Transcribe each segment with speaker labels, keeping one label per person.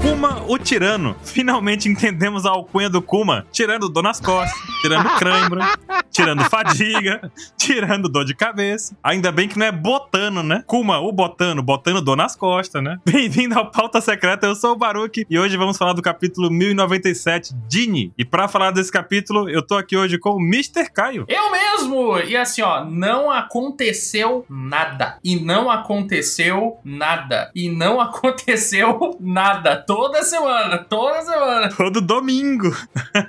Speaker 1: Kuma o Tirano. Finalmente entendemos a alcunha do Kuma, tirando dor nas costas, tirando crâmbra, tirando fadiga, tirando dor de cabeça. Ainda bem que não é Botano, né? Kuma, o Botano, botando dor nas costas, né? Bem-vindo ao Pauta Secreta, eu sou o Baruque e hoje vamos falar do capítulo 1097, Dini. E pra falar desse capítulo, eu tô aqui hoje com o Mr. Caio.
Speaker 2: Eu mesmo! E assim, ó, não aconteceu nada. E não aconteceu nada. E não aconteceu nada. Toda semana, toda semana.
Speaker 1: Todo domingo.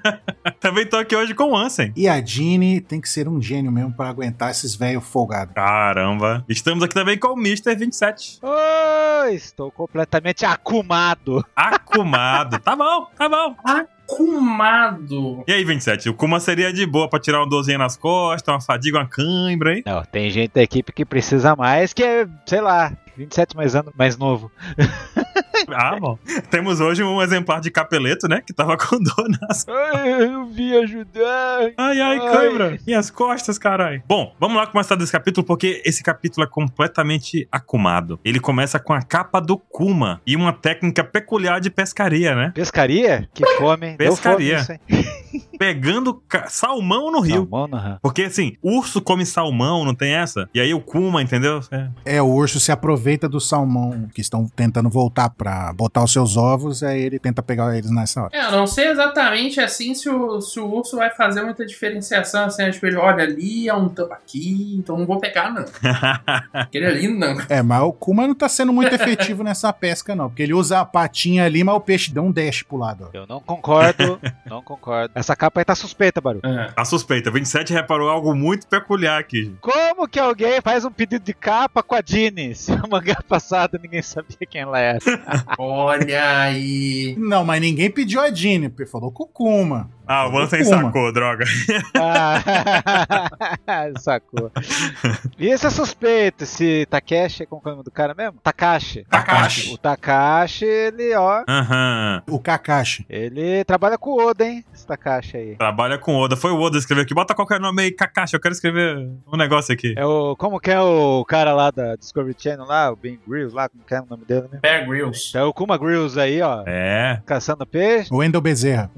Speaker 1: Também tô aqui hoje com o Ansem.
Speaker 3: E a Jeanne tem que ser um gênio mesmo pra aguentar esses velhos folgados.
Speaker 1: Caramba. Estamos aqui também com o Mr. 27.
Speaker 4: Oh, estou completamente acumado.
Speaker 1: Acumado. tá bom, tá bom.
Speaker 2: Acumado.
Speaker 1: E aí, 27, o Kuma seria de boa pra tirar um dorzinho nas costas, uma fadiga, uma cãibra, hein?
Speaker 4: Não, tem gente da equipe que precisa mais, que é, sei lá, 27 mais anos mais novo.
Speaker 1: Ah, bom. Temos hoje um exemplar de capeleto, né? Que tava com dor nas...
Speaker 4: Ai, eu vim ajudar.
Speaker 1: Ai, ai, câimbra. Minhas costas, caralho. Bom, vamos lá começar desse capítulo, porque esse capítulo é completamente acumado. Ele começa com a capa do Kuma e uma técnica peculiar de pescaria, né?
Speaker 4: Pescaria? Que fome. Deu
Speaker 1: Pescaria.
Speaker 4: fome isso, hein?
Speaker 1: Pegando ca- salmão no rio.
Speaker 4: Salmão no rabo.
Speaker 1: Porque assim, urso come salmão, não tem essa? E aí o Kuma, entendeu? É.
Speaker 3: É, o urso se aproveita do salmão que estão tentando voltar pra botar os seus ovos, aí ele tenta pegar eles nessa hora.
Speaker 2: É, eu não sei exatamente assim se o, se o urso vai fazer muita diferenciação, assim, tipo, ele olha ali, há um tampo aqui, então não vou pegar, não. Aquele ali, não.
Speaker 3: É, mas o Kuma não tá sendo muito efetivo nessa pesca, não. Porque ele usa a patinha ali, mas o peixe dá um dash pro lado. ó.
Speaker 4: Eu não concordo, não concordo. Essa capa aí tá suspeita, Baru.
Speaker 2: É.
Speaker 1: A suspeita. 27 reparou algo muito peculiar aqui. gente.
Speaker 4: Como que alguém faz um pedido de capa com a Dini? Se o mangá passado ninguém sabia quem ela era.
Speaker 2: Olha aí.
Speaker 3: Não, mas ninguém pediu a Jeanne, porque falou com o Kuma.
Speaker 1: Ah, o Ansem
Speaker 3: Kuma.
Speaker 1: sacou, droga.
Speaker 4: Ah, sacou. E esse é suspeito, esse Takeshi, como que é o nome do cara mesmo? Takashi.
Speaker 2: Takashi.
Speaker 4: O Takashi, ele, ó,
Speaker 1: Aham.
Speaker 3: O Kakashi.
Speaker 4: ele trabalha com o Oda, hein? Esse Takashi aí.
Speaker 1: Trabalha com Oda. Foi o Oda que escreveu aqui. Bota qualquer nome aí, Kakashi. Eu quero escrever um negócio aqui.
Speaker 4: É o, como que é o cara lá da Discovery Channel lá, o Ben Grills lá, como que é o nome dele mesmo?
Speaker 2: Bear Grylls.
Speaker 4: É o Kuma Grills aí, ó,
Speaker 1: É.
Speaker 4: caçando peixe,
Speaker 3: O Wendel Bezerra.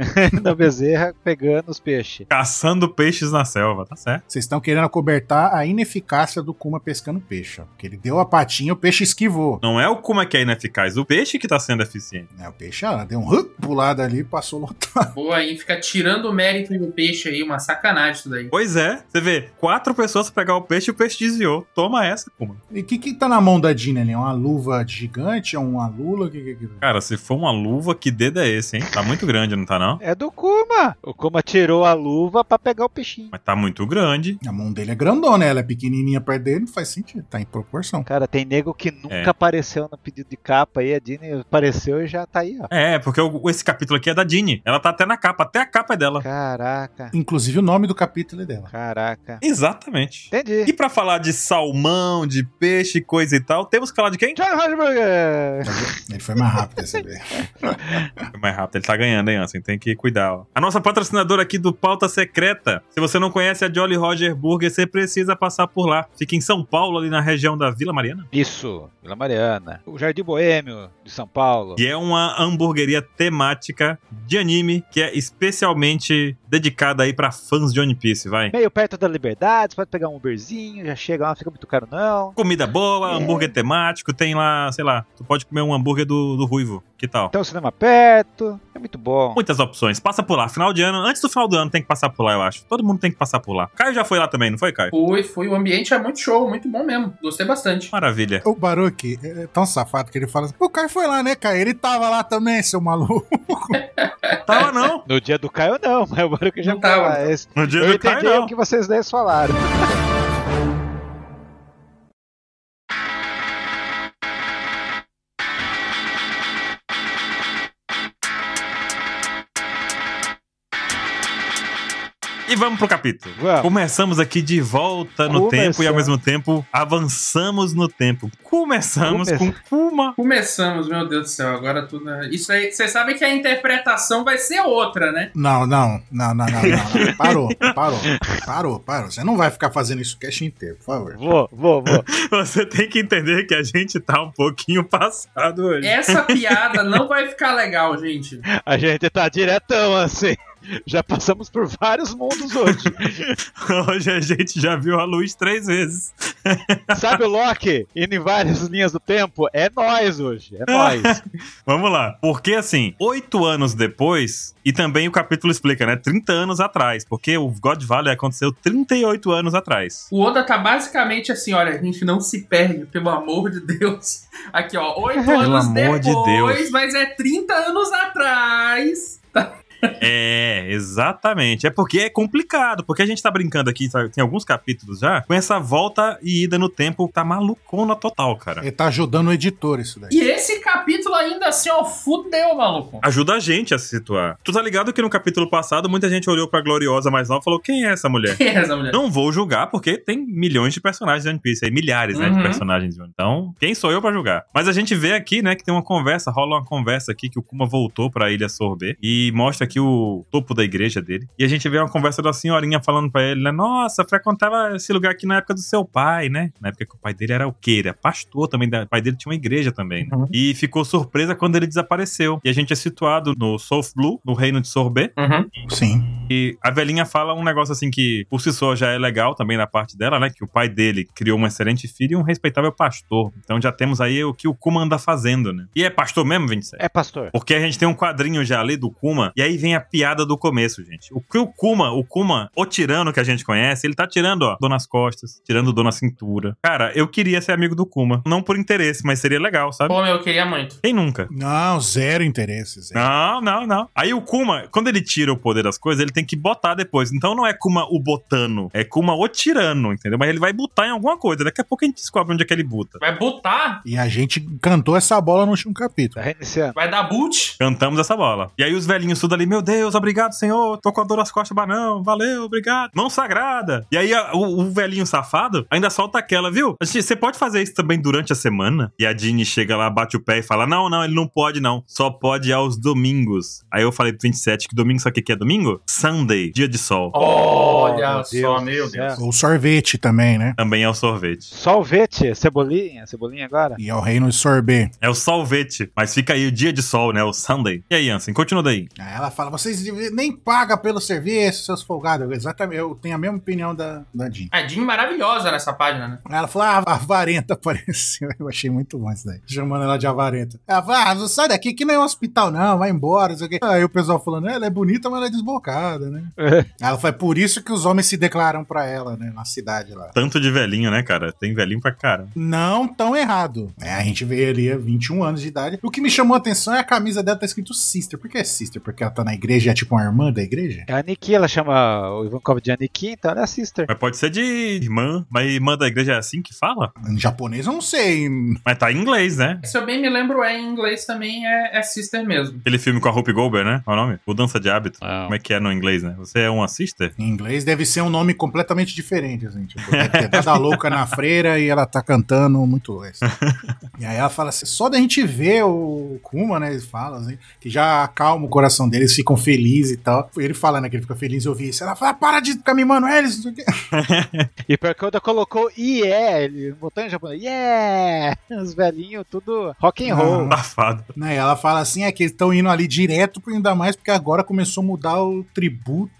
Speaker 4: da bezerra pegando os peixes.
Speaker 1: Caçando peixes na selva, tá certo?
Speaker 3: Vocês estão querendo acobertar a ineficácia do Kuma pescando peixe, ó. Porque ele deu a patinha, o peixe esquivou.
Speaker 1: Não é o Kuma que é ineficaz, o peixe que tá sendo eficiente.
Speaker 3: É, o peixe ah, deu um hup pro lado ali, passou lotado.
Speaker 2: Boa aí, fica tirando o mérito do peixe aí, uma sacanagem isso daí.
Speaker 1: Pois é, você vê, quatro pessoas pra pegar o peixe e o peixe desviou. Toma essa, Kuma.
Speaker 3: E o que que tá na mão da Dina ali? É uma luva gigante? É uma lula? Que, que, que...
Speaker 1: Cara, se for uma luva, que dedo é esse, hein? Tá muito grande, não tá não?
Speaker 4: É do Kuma. O Kuma tirou a luva pra pegar o peixinho.
Speaker 1: Mas tá muito grande.
Speaker 3: A mão dele é grandona, ela é pequenininha perto dele, não faz sentido, tá em proporção.
Speaker 4: Cara, tem nego que nunca
Speaker 1: É.
Speaker 4: apareceu no pedido de capa aí, a Dini apareceu e já tá aí, ó.
Speaker 1: É, porque o- esse capítulo aqui é da Dini. Ela tá até na capa, até a capa é dela.
Speaker 4: Caraca,
Speaker 3: Inclusive o nome do capítulo é dela.
Speaker 4: caraca.
Speaker 1: Exatamente.
Speaker 4: Entendi.
Speaker 1: E pra falar de salmão, de peixe, coisa e tal, temos que falar de quem?
Speaker 4: John Rosberg!
Speaker 3: Tá Ele foi mais rápido essa vez.
Speaker 1: Foi mais rápido, ele tá ganhando, hein, Ansem? Tem que cuidar, ó. A nossa patrocinadora aqui do Pauta Secreta. Se você não conhece a Jolly Roger Burger, você precisa passar por lá. Fica em São Paulo, ali na região da Vila Mariana.
Speaker 4: Isso, Vila Mariana. O Jardim Boêmio, de São Paulo.
Speaker 1: E é uma hamburgueria temática de anime que é especialmente dedicada aí pra fãs de One Piece, vai.
Speaker 4: Meio perto da Liberdade, você pode pegar um Uberzinho, já chega lá, não fica muito caro não.
Speaker 1: Comida boa, hambúrguer temático, tem lá, sei lá, tu pode comer um hambúrguer do, do Ruivo, que tal?
Speaker 4: Tem um cinema perto, é muito bom.
Speaker 1: Muitas opções. Passa por lá. Final de ano, antes do final do ano tem que passar por lá, eu acho. Todo mundo tem que passar por lá. Caio já foi lá também, não foi, Caio?
Speaker 2: Fui, fui. O ambiente é muito show, muito bom mesmo. Gostei bastante.
Speaker 1: Maravilha.
Speaker 3: o Baruque é tão safado que ele fala assim, o Caio foi lá, né, Caio? Ele tava lá também, seu maluco.
Speaker 1: Tava não.
Speaker 4: No dia do Caio não, mas agora que eu já
Speaker 2: Não tava. né?
Speaker 4: falar, esse-
Speaker 1: No dia
Speaker 4: Eu
Speaker 1: do Caio,
Speaker 4: entendi
Speaker 1: não.
Speaker 4: o que vocês 10 falaram.
Speaker 1: E E vamos pro capítulo.
Speaker 4: Vamos.
Speaker 1: Começamos aqui de volta no
Speaker 4: Começamos.
Speaker 1: tempo e ao mesmo tempo avançamos no tempo. Começamos com uma.
Speaker 2: Começamos, meu Deus do céu, agora tudo. é- Isso aí, vocês sabem que a interpretação vai ser outra, né?
Speaker 3: Não, não, não, não, não, não, não. Parou, parou, parou, parou. Você não vai ficar fazendo isso o cast inteiro, por favor.
Speaker 4: Vou, vou, vou.
Speaker 1: Você tem que entender que a gente tá um pouquinho passado hoje.
Speaker 2: Essa piada não vai ficar legal, gente.
Speaker 4: A gente tá diretão assim. Já passamos por vários mundos hoje.
Speaker 1: Hoje a gente já viu a luz três vezes.
Speaker 4: Sabe o Loki indo em várias linhas do tempo? É nós hoje. É nós.
Speaker 1: Vamos lá. Porque assim, oito anos depois, e também o capítulo explica, né? 30 anos atrás. Porque o God Valley aconteceu 38 anos atrás.
Speaker 2: O Oda tá basicamente assim: olha, a gente não se perde, pelo amor de Deus. Aqui, ó, oito
Speaker 1: Pelo
Speaker 2: anos
Speaker 1: amor de
Speaker 2: depois,
Speaker 1: Deus.
Speaker 2: mas é 30 anos atrás.
Speaker 1: É, exatamente. É porque é complicado, porque a gente tá brincando aqui, sabe, tem alguns capítulos já, com essa volta e ida no tempo, tá malucona total, cara.
Speaker 3: Ele tá ajudando o editor isso daí.
Speaker 2: E esse capítulo ainda assim, ó, fudeu, maluco.
Speaker 1: Ajuda a gente a se situar. Tu tá ligado que no capítulo passado muita gente olhou pra Gloriosa mais nova e falou: quem é essa mulher?
Speaker 2: Que é essa mulher?
Speaker 1: Não vou julgar, porque tem milhões de personagens de One Piece aí, milhares, né, de
Speaker 2: Uhum.
Speaker 1: personagens. de One- Então, quem sou eu pra julgar? Mas a gente vê aqui, né, que tem uma conversa, rola uma conversa aqui que o Kuma voltou pra Ilha Sorbet e mostra aqui o topo da igreja dele. E a gente vê uma conversa da senhorinha falando pra ele, né, nossa, frequentava esse lugar aqui na época do seu pai, né? Na época que o pai dele era o quê? Ele era pastor também, da- o pai dele tinha uma igreja também, né? E ficou surpresa quando ele desapareceu. E a gente é situado no South Blue, no reino de Sorbet,
Speaker 2: Uhum.
Speaker 3: Sim.
Speaker 1: e a velhinha fala um negócio assim que por si só já é legal também na parte dela, né? Que o pai dele criou um excelente filho e um respeitável pastor. Então já temos aí o que o Kuma anda fazendo, né? E é pastor mesmo, 27?
Speaker 4: É pastor.
Speaker 1: Porque a gente tem um quadrinho já ali do Kuma, e aí vem a piada do começo, gente. O que o Kuma, o Kuma, o tirano que a gente conhece, ele tá tirando, ó, dor nas costas, tirando dor na cintura. Cara, eu queria ser amigo do Kuma. Não por interesse, mas seria legal, sabe?
Speaker 2: Pô, meu, eu queria muito.
Speaker 1: Quem nunca?
Speaker 3: Não, zero interesse, zero.
Speaker 1: Não, não, não. Aí o Kuma, quando ele tira o poder das coisas, ele tem que botar depois. Então não é Kuma o botano, é Kuma o tirano, entendeu? Mas ele vai botar em alguma coisa. Daqui a pouco a gente descobre onde é que ele buta.
Speaker 2: Vai botar,
Speaker 3: E a gente cantou essa bola no último capítulo.
Speaker 4: Tá reiniciando.
Speaker 2: vai dar boot.
Speaker 1: Cantamos essa bola. E aí os velhinhos tudo ali, meu Deus, obrigado, senhor. Tô com a dor nas costas, banão. Valeu, obrigado. Mão sagrada. E aí a- o, o velhinho safado ainda solta aquela, viu? A gente- Você pode fazer isso também durante a semana? E a Dini chega lá, bate o pé e fala, não, não, ele não pode não. Só pode aos domingos. Aí eu falei pro 27 que domingo, sabe o que que é domingo? Sunday, dia de sol.
Speaker 2: Olha
Speaker 4: meu
Speaker 2: só,
Speaker 4: Deus do
Speaker 2: meu
Speaker 4: céu.
Speaker 2: Deus.
Speaker 3: Ou sorvete também, né?
Speaker 1: Também é o sorvete.
Speaker 4: Solvete, cebolinha, cebolinha agora.
Speaker 3: E é o reino de sorbet.
Speaker 1: É o solvete. Mas fica aí o dia de sol, né? O Sunday. E aí, Ansem, continua daí.
Speaker 3: Aí ela fala, vocês nem pagam pelo serviço, seus folgados. Exatamente, eu tenho a mesma opinião da, da Jean.
Speaker 2: A Jean maravilhosa nessa página, né?
Speaker 3: Aí Ela falou, ah, a avarenta apareceu. Eu achei muito bom isso daí. Chamando ela de avarenta. Ela fala, ah, não sai daqui que não é um hospital, não, vai embora, não sei o quê. Aí o pessoal falando, ela é bonita, mas ela é desbocada, né? Aí Ela foi por isso que os homens se declaram pra ela, né, na cidade lá.
Speaker 1: Tanto de velhinho, né, cara? Tem velhinho pra caramba.
Speaker 3: Não tão errado. É, a gente vê ali é 21 anos de idade. O que me chamou a atenção é a camisa dela tá escrito sister. Por que é sister? Porque ela tá na igreja, é tipo uma irmã da igreja?
Speaker 4: É a Aniki, ela chama o Ivankov de Aniki, então ela é a sister.
Speaker 1: Mas pode ser de irmã. Mas irmã da igreja é assim que fala?
Speaker 3: Em japonês eu não sei.
Speaker 1: Mas tá em inglês, né?
Speaker 2: Se eu bem me lembro, é em inglês também, é, é sister mesmo.
Speaker 1: Aquele filme com a Rupi Goldberg, né? Qual é o nome? Mudança de hábito.
Speaker 4: Não.
Speaker 1: Como é que é no inglês, né? Você é um sister?
Speaker 3: Em inglês deve ser um nome completamente diferente, assim. Tipo, deve ter dado a louca na freira e ela tá cantando muito less. E aí ela fala assim, só da gente ver o Kuma, né? Ele fala assim, que já acalma o coração deles, ficam felizes e tal. Ele fala, né, que ele fica feliz, eu vi isso. Ela fala, "Ah, para de ficar mimando eles, não sei o quê.
Speaker 4: E pior que o Oda colocou IE, ele botou em japonês. Yeah! Os velhinhos, tudo rock and roll.
Speaker 1: Safado.
Speaker 3: Né, e ela fala assim, é que eles estão indo ali direto pro ainda mais, porque agora começou a mudar o tributo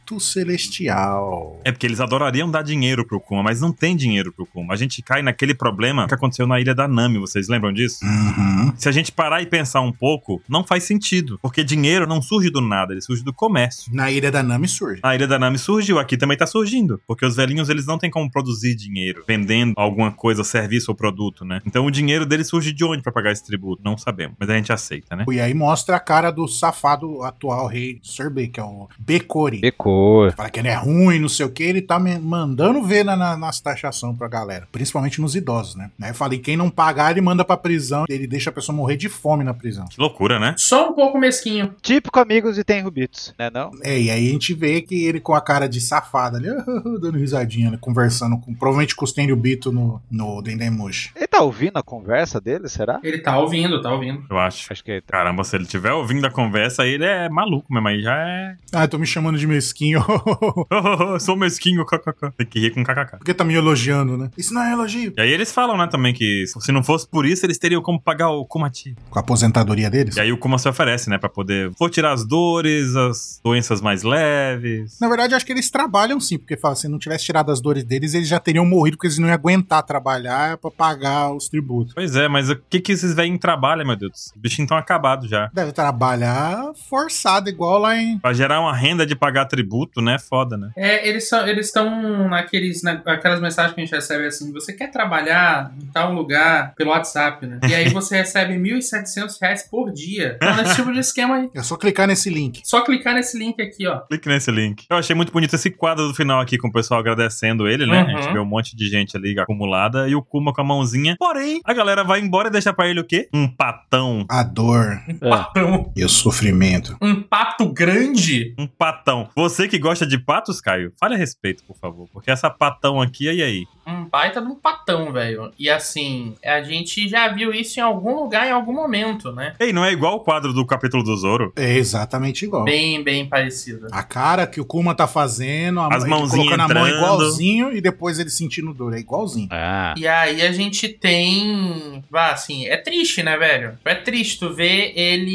Speaker 3: celestial.
Speaker 1: É porque eles adorariam dar dinheiro pro Kuma, mas não tem dinheiro pro Kuma. A gente cai naquele problema que aconteceu na ilha da Nami, vocês lembram disso?
Speaker 3: Uhum.
Speaker 1: Se a gente parar e pensar um pouco, não faz sentido. Porque dinheiro não surge do nada, ele surge do comércio.
Speaker 3: Na ilha da Nami surge.
Speaker 1: A Ilha da Nami surgiu, aqui também tá surgindo. Porque os velhinhos, eles não têm como produzir dinheiro vendendo alguma coisa, serviço ou produto, né? Então o dinheiro deles surge de onde pra pagar esse tributo? Não sabemos, mas a gente aceita, né?
Speaker 3: E aí mostra a cara do safado atual rei de Sorbet, que é o Bekori.
Speaker 4: Becou. Boa.
Speaker 3: Fala que ele é ruim, não sei o que, ele tá me mandando ver na, na, nas taxação pra galera, principalmente nos idosos, né? Aí eu falei, quem não pagar, ele manda pra prisão, ele deixa a pessoa morrer de fome na prisão.
Speaker 1: Que loucura, né?
Speaker 2: Só um pouco mesquinho.
Speaker 4: Típico amigos de tem rubitos, né não?
Speaker 3: É, e aí a gente vê que ele com a cara de safado ali, dando risadinha, né, conversando com, provavelmente com o Stanley Bito no, no Dendemushi.
Speaker 4: Ele tá ouvindo a conversa dele, será?
Speaker 2: Ele tá ouvindo, tá ouvindo.
Speaker 1: Eu acho.
Speaker 4: Acho que ele tá.
Speaker 1: Caramba, se ele tiver ouvindo a conversa, ele é maluco mesmo, aí já é... Oh,
Speaker 3: Ah, tô me chamando de mesquinho,
Speaker 1: Sou mesquinho, kkk. Tem que rir com kkk.
Speaker 3: porque tá me elogiando, né? Isso não é elogio.
Speaker 1: E aí eles falam, né, também que se não fosse por isso, eles teriam como pagar o Kumati.
Speaker 3: Com a aposentadoria deles?
Speaker 1: E aí o Kuma se oferece, né, pra poder vou tirar as dores, as doenças mais leves.
Speaker 3: Na verdade, eu acho que eles trabalham sim, porque fala, assim, se não tivesse tirado as dores deles, eles já teriam morrido, porque eles não iam aguentar trabalhar pra pagar os tributos.
Speaker 1: Pois é, mas o que que esses velhinhos trabalham, meu Deus? Os bichinhos estão acabados já.
Speaker 3: Deve trabalhar forçado, igual lá em.
Speaker 1: Pra gerar uma renda de pagar tributo, né, foda, né?
Speaker 2: É, eles são, eles estão naqueles, naquelas mensagens que a gente recebe assim, você quer trabalhar em tal lugar pelo WhatsApp, né? E aí você recebe 1.700 reais por dia. Tá nesse tipo de esquema aí.
Speaker 3: É só clicar nesse link.
Speaker 2: Só clicar nesse link aqui, ó.
Speaker 1: Clique nesse link. Eu achei muito bonito esse quadro do final aqui, com o pessoal agradecendo ele, né?
Speaker 2: Uhum.
Speaker 1: A gente vê um monte de gente ali acumulada e o Kuma com a mãozinha. Porém, a galera vai embora e deixa pra ele o quê? Um patão.
Speaker 3: A dor
Speaker 4: Ah.
Speaker 2: Patão.
Speaker 3: e o sofrimento.
Speaker 2: Um pato grande?
Speaker 1: Um patão. Você que gosta de patos, Caio, fale a respeito, por favor. Porque essa patão aqui, e aí?
Speaker 2: Um baita de um patão, velho. E assim, a gente já viu isso em algum lugar, em algum momento, né?
Speaker 1: Ei, não é igual o quadro do capítulo do Zoro?
Speaker 3: É exatamente igual.
Speaker 2: Bem, bem parecida.
Speaker 3: A cara que o Kuma tá fazendo, a
Speaker 1: As
Speaker 3: mão- ele
Speaker 1: mãozinhas
Speaker 3: colocando a mão
Speaker 1: entrando.
Speaker 3: igualzinho e depois ele sentindo dor. É igualzinho.
Speaker 4: Ah.
Speaker 2: E aí a gente tem. vá, Assim, é triste, né, velho? É triste tu ver ele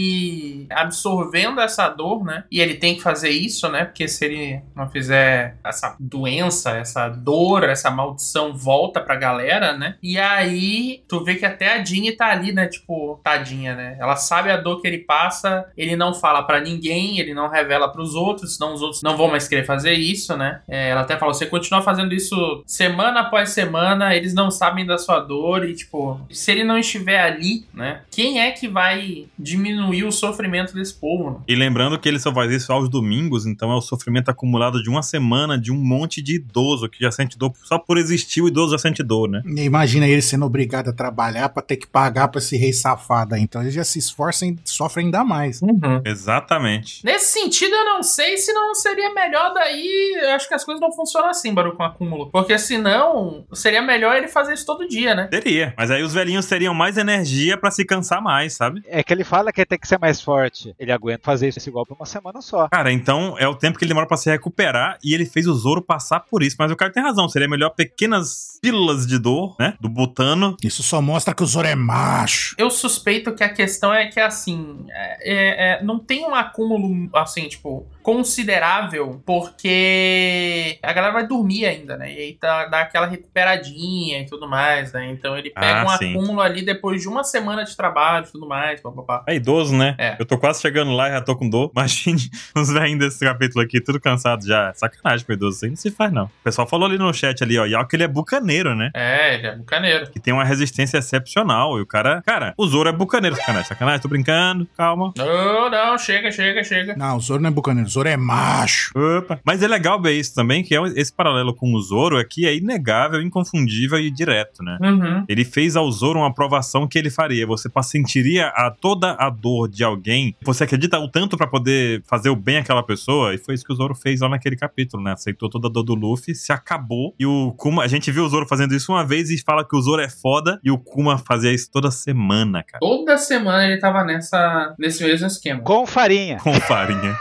Speaker 2: absorvendo essa dor, né? E ele tem que fazer isso, né? Porque se ele não fizer essa doença, essa dor, essa maldição volta pra galera, né? E aí tu vê que até a Jeanne tá ali, né? Tipo, tadinha, né? Ela sabe a dor que ele passa, ele não fala pra ninguém, ele não revela pros outros, senão os outros não vão mais querer fazer isso, né? É, ela até falou: você continua fazendo isso semana após semana, eles não sabem da sua dor, e tipo, se ele não estiver ali, né? Quem é que vai diminuir o sofrimento desse povo? Né?
Speaker 1: E lembrando que ele só faz isso aos domingos, então é o sofrimento acumulado de uma semana de um monte de idoso que já sente dor. Só por existir, o idoso já sente dor, né?
Speaker 3: E Imagina ele sendo obrigado a trabalhar pra ter que pagar pra esse rei safado. aí. Então eles já se esforçam e sofrem ainda mais.
Speaker 1: Uhum. Exatamente.
Speaker 2: né? Nesse sentido, eu não sei se não seria melhor daí. Eu acho que as coisas não funcionam assim, Baru, com acúmulo. Porque senão, seria melhor ele fazer isso todo dia, né?
Speaker 1: Teria. Mas aí os velhinhos teriam mais energia pra se cansar mais, sabe?
Speaker 4: É que ele fala que tem que ser mais forte. Ele aguenta fazer isso esse golpe uma semana só.
Speaker 1: Cara, então é o tempo que ele demora pra se recuperar e ele fez o Zoro passar por isso. Mas o cara tem razão, seria melhor pequenas pílulas de dor, né? Do Butano.
Speaker 3: Isso só mostra que o Zoro é macho.
Speaker 2: Eu suspeito que a questão é que, assim, é- é- é, não tem um acúmulo, assim, tipo, considerável, porque a galera vai dormir ainda, né? E aí tá, dá aquela recuperadinha e tudo mais, né? Então ele pega
Speaker 1: Ah,
Speaker 2: um
Speaker 1: sim.
Speaker 2: acúmulo ali depois de uma semana de trabalho e tudo mais, papapá.
Speaker 1: É idoso, né?
Speaker 2: É.
Speaker 1: Eu tô quase chegando lá e já tô com dor. Imagine os velhinhos desse capítulo aqui, tudo cansado já. Sacanagem pro idoso, isso aí não se faz, não. O pessoal falou ali no chat ali, ó. E ó, que ele é bucaneiro, né?
Speaker 2: É, ele é bucaneiro.
Speaker 1: Que tem uma resistência excepcional. E o cara. Cara, o Zoro é bucaneiro. Sacanagem, sacanagem, tô brincando, calma.
Speaker 2: Não, não, chega, chega, chega.
Speaker 3: Não, o Zoro não é bucaneiro, o Zoro é macho.
Speaker 1: Opa. Mas é legal ver isso também, que é esse paralelo com o Zoro aqui é inegável, inconfundível e direto, né?
Speaker 2: Uhum.
Speaker 1: Ele fez ao Zoro uma aprovação que ele faria. Você pa- sentiria a toda a dor de alguém. Você acredita o tanto pra poder fazer o bem àquela pessoa? E foi isso que o Zoro fez lá naquele capítulo, né? Aceitou toda a dor do Luffy, se acabou. E o Kuma, a gente viu o Zoro fazendo isso uma vez e fala que o Zoro é foda. E o Kuma fazia isso toda semana, cara.
Speaker 2: Toda semana ele tava nessa, nesse mesmo esquema.
Speaker 4: Com farinha.
Speaker 1: Com farinha.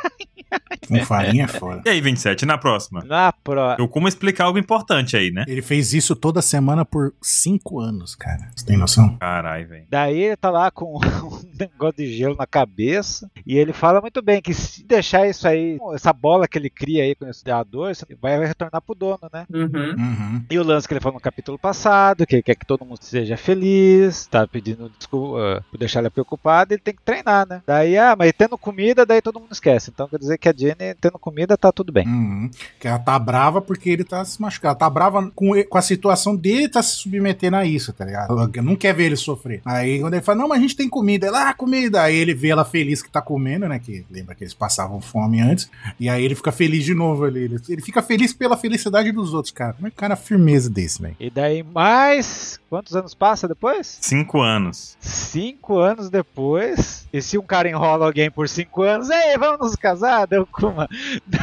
Speaker 3: Com farinha é foda.
Speaker 1: e aí, 27, na próxima.
Speaker 4: Na pro...
Speaker 1: O Kuma explica algo importante aí, né?
Speaker 3: Ele fez isso toda semana por cinco anos, cara. Você tem noção?
Speaker 1: Caralho, velho.
Speaker 4: Daí ele tá lá com um negócio de gelo na cabeça. E ele fala muito bem que se deixar isso aí, essa bola que ele cria aí com esse dor, isso vai retornar pro dono, né?
Speaker 1: Hum.
Speaker 2: Uhum.
Speaker 3: Uhum.
Speaker 4: E o lance que ele falou no capítulo passado, que ele quer que todo mundo seja feliz, tá pedindo desculpa eh, por deixar ele preocupado, ele tem que treinar, né? Daí, ah, mas tendo comida, daí todo mundo esquece. Então quer dizer que a Jenny tendo comida tá tudo bem.
Speaker 3: Uhum. Que ela tá brava porque ele tá se machucando. Ela tá brava com, e- com a situação dele tá se submetendo a isso, tá ligado? Ela não quer ver ele sofrer. Aí quando ele fala, não, mas a gente tem comida. Ela, tá comida. Aí ele vê ela feliz que tá comendo, né? Que lembra que eles passavam fome antes. E aí ele fica feliz de novo ali. Ele, ele fica feliz pela felicidade dos outros, cara. Como é que cara firmeza desse, velho?
Speaker 4: E daí mais. Quantos anos passa depois?
Speaker 1: Cinco anos.
Speaker 4: Cinco anos depois. E se um cara enrola alguém por cinco anos, ei, vamos nos casar, deu Kuma.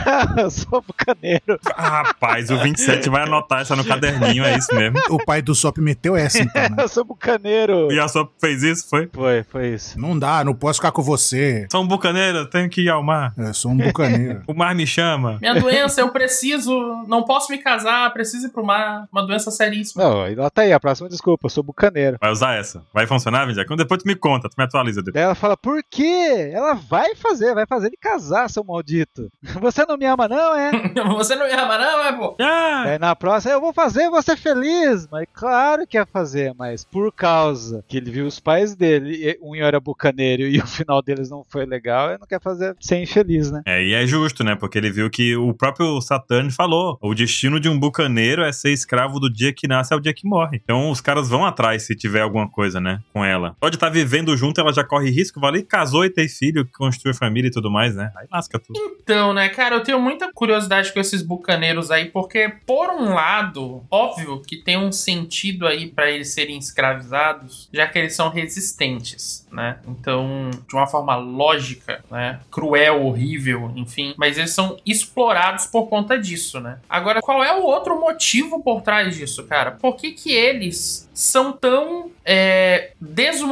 Speaker 4: Não, eu sou bucaneiro.
Speaker 1: Rapaz, o 27 vai anotar essa no caderninho, é isso mesmo.
Speaker 3: O pai do Sop meteu essa, então, né?
Speaker 4: Eu sou bucaneiro.
Speaker 1: E a sua fez isso, foi?
Speaker 4: Foi, foi isso.
Speaker 3: Não dá, não posso ficar com você.
Speaker 1: Sou um bucaneiro, eu tenho que ir ao mar.
Speaker 3: Eu sou um bucaneiro.
Speaker 1: O mar me chama.
Speaker 2: Minha doença, eu preciso. Não posso me casar, preciso ir pro mar. Uma doença seríssima.
Speaker 4: Não, e nota aí, a próxima desculpa, eu sou bucaneiro.
Speaker 1: Vai usar essa. Vai funcionar, Vinjacão? Depois tu me conta, tu me atualiza depois.
Speaker 4: Daí ela fala, por quê? Ela vai fazer, vai fazer ele casar, seu maldito. Você não me ama, não, é?
Speaker 2: Você não me ama, não, é, pô?
Speaker 1: Ah!
Speaker 4: Daí na próxima, eu vou fazer você feliz. Mas claro que ia fazer, mas por causa que ele viu os pais dele, e um era bucaneiro e o final deles não foi legal, ele não quer fazer ser infeliz, né?
Speaker 1: É, e é justo, né? Porque ele viu que o próprio Saturn falou: o destino de um bucaneiro é ser escravo do dia que nasce ao dia que morre. Então os caras vão atrás se tiver alguma coisa, né? Com ela. Pode estar vivendo junto, ela já corre risco, vale, casou e tem filho, construiu família e tudo mais, né? Aí lasca tudo.
Speaker 2: Então, né, cara, eu tenho muita curiosidade com esses bucaneiros aí, porque, por um lado, óbvio que tem um sentido aí para eles serem escravizados, já que eles são resistentes, né? Então, de uma forma lógica, né? Cruel, horrível, enfim. Mas eles são explorados por conta disso, né? Agora, qual é o outro motivo por trás disso, cara? Por que, que eles são tão é,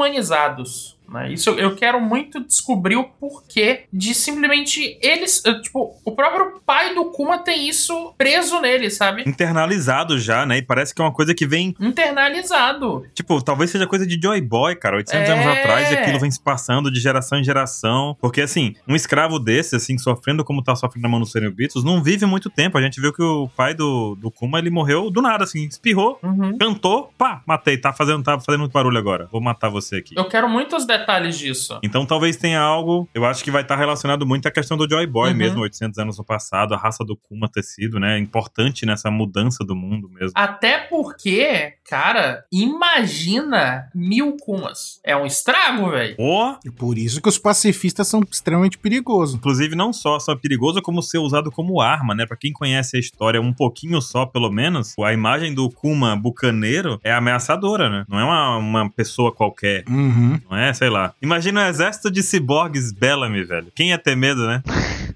Speaker 2: desumanizados? né? Isso eu, eu quero muito descobrir o porquê de simplesmente eles. eh, Tipo, o próprio pai do Kuma tem isso preso nele, sabe?
Speaker 1: Internalizado já, né? E parece que é uma coisa que vem
Speaker 2: Internalizado.
Speaker 1: Tipo, talvez seja coisa de Joy Boy, cara. 800 anos
Speaker 2: É.
Speaker 1: atrás, e aquilo vem se passando de geração em geração. Porque, assim, um escravo desse, assim, sofrendo como tá sofrendo a mão do Sereno Beatles, não vive muito tempo. A gente viu que o pai do, do Kuma, ele morreu do nada, assim, espirrou,
Speaker 2: Uhum.
Speaker 1: cantou, pá, matei. Tá fazendo, tá fazendo muito barulho agora. Vou matar você aqui.
Speaker 2: Eu quero muitos detalhes disso.
Speaker 1: Então talvez tenha algo, eu acho que vai estar relacionado muito à questão do Joy Boy
Speaker 2: Uhum.
Speaker 1: mesmo, 800 anos no passado, a raça do Kuma ter sido, né, importante nessa mudança do mundo mesmo.
Speaker 2: Até porque, cara, imagina mil Kumas. É um estrago, velho.
Speaker 1: Ou,
Speaker 3: E por isso que os pacifistas são extremamente perigosos.
Speaker 1: inclusive, não só só perigoso, como ser usado como arma, né? Pra quem conhece a história um pouquinho só, pelo menos, a imagem do Kuma bucaneiro é ameaçadora, né? Não é uma, uma pessoa qualquer.
Speaker 3: Uhum.
Speaker 1: Não é, sei lá. Imagina um exército de ciborgues Bellamy, velho. Quem ia ter medo, né?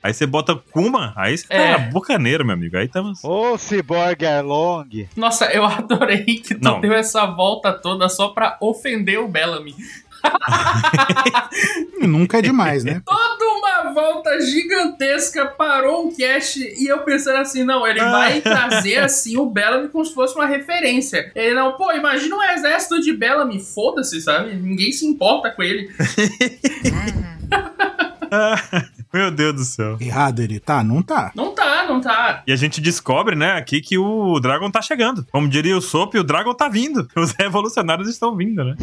Speaker 1: Aí você bota Kuma, aí você
Speaker 2: É.
Speaker 1: tá bucaneiro, meu amigo. Aí tá estamos.
Speaker 4: Ô, Cyborg Arlong.
Speaker 2: Nossa, eu adorei que tu
Speaker 1: Não.
Speaker 2: deu essa volta toda só pra ofender o Bellamy.
Speaker 3: E nunca é demais, né?
Speaker 2: Toda uma volta gigantesca, parou um cast e eu pensando assim, não, ele vai trazer assim o Bellamy como se fosse uma referência. Ele não, pô, imagina um exército de Bellamy, foda-se, sabe? Ninguém se importa com ele.
Speaker 1: Meu Deus do céu.
Speaker 3: Errado ele tá? Não tá.
Speaker 2: Não tá, não tá.
Speaker 1: E a gente descobre, né, aqui que o Dragon tá chegando. Como diria o Sop, o Dragon tá vindo. Os revolucionários estão vindo, né?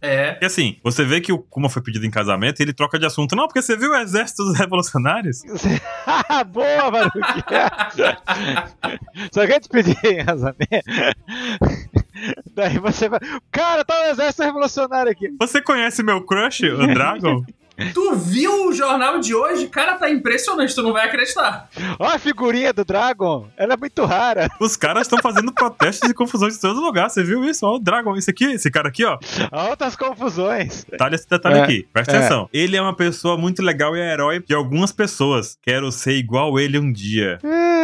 Speaker 2: É.
Speaker 1: E assim, você vê que o Kuma foi pedido em casamento e ele troca de assunto. Não, porque você viu o exército dos revolucionários?
Speaker 4: Boa, Baruque. Só que antes de pedir em casamento. Daí você vai. Cara, tá um exército revolucionário aqui.
Speaker 1: Você conhece meu crush, o Dragon?
Speaker 2: Tu viu o jornal de hoje? Cara, tá impressionante, tu não vai acreditar.
Speaker 4: Ó a figurinha do Dragon. Ela é muito rara.
Speaker 1: Os caras estão fazendo protestos e confusões em todo lugar. Você viu isso? Ó, o Dragon, esse aqui, esse cara aqui, ó.
Speaker 4: Altas confusões.
Speaker 1: Detalhe esse detalhe
Speaker 4: É,
Speaker 1: aqui. Presta
Speaker 4: é.
Speaker 1: atenção. Ele é uma pessoa muito legal e é herói de algumas pessoas. Quero ser igual ele um dia.
Speaker 4: É.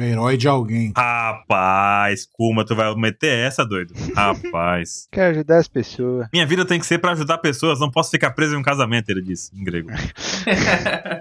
Speaker 3: Herói de alguém.
Speaker 1: Rapaz, Kuma, tu vai meter essa, doido? Rapaz.
Speaker 4: Quer ajudar as pessoas.
Speaker 1: Minha vida tem que ser pra ajudar pessoas, não posso ficar preso em um casamento, ele disse, em grego.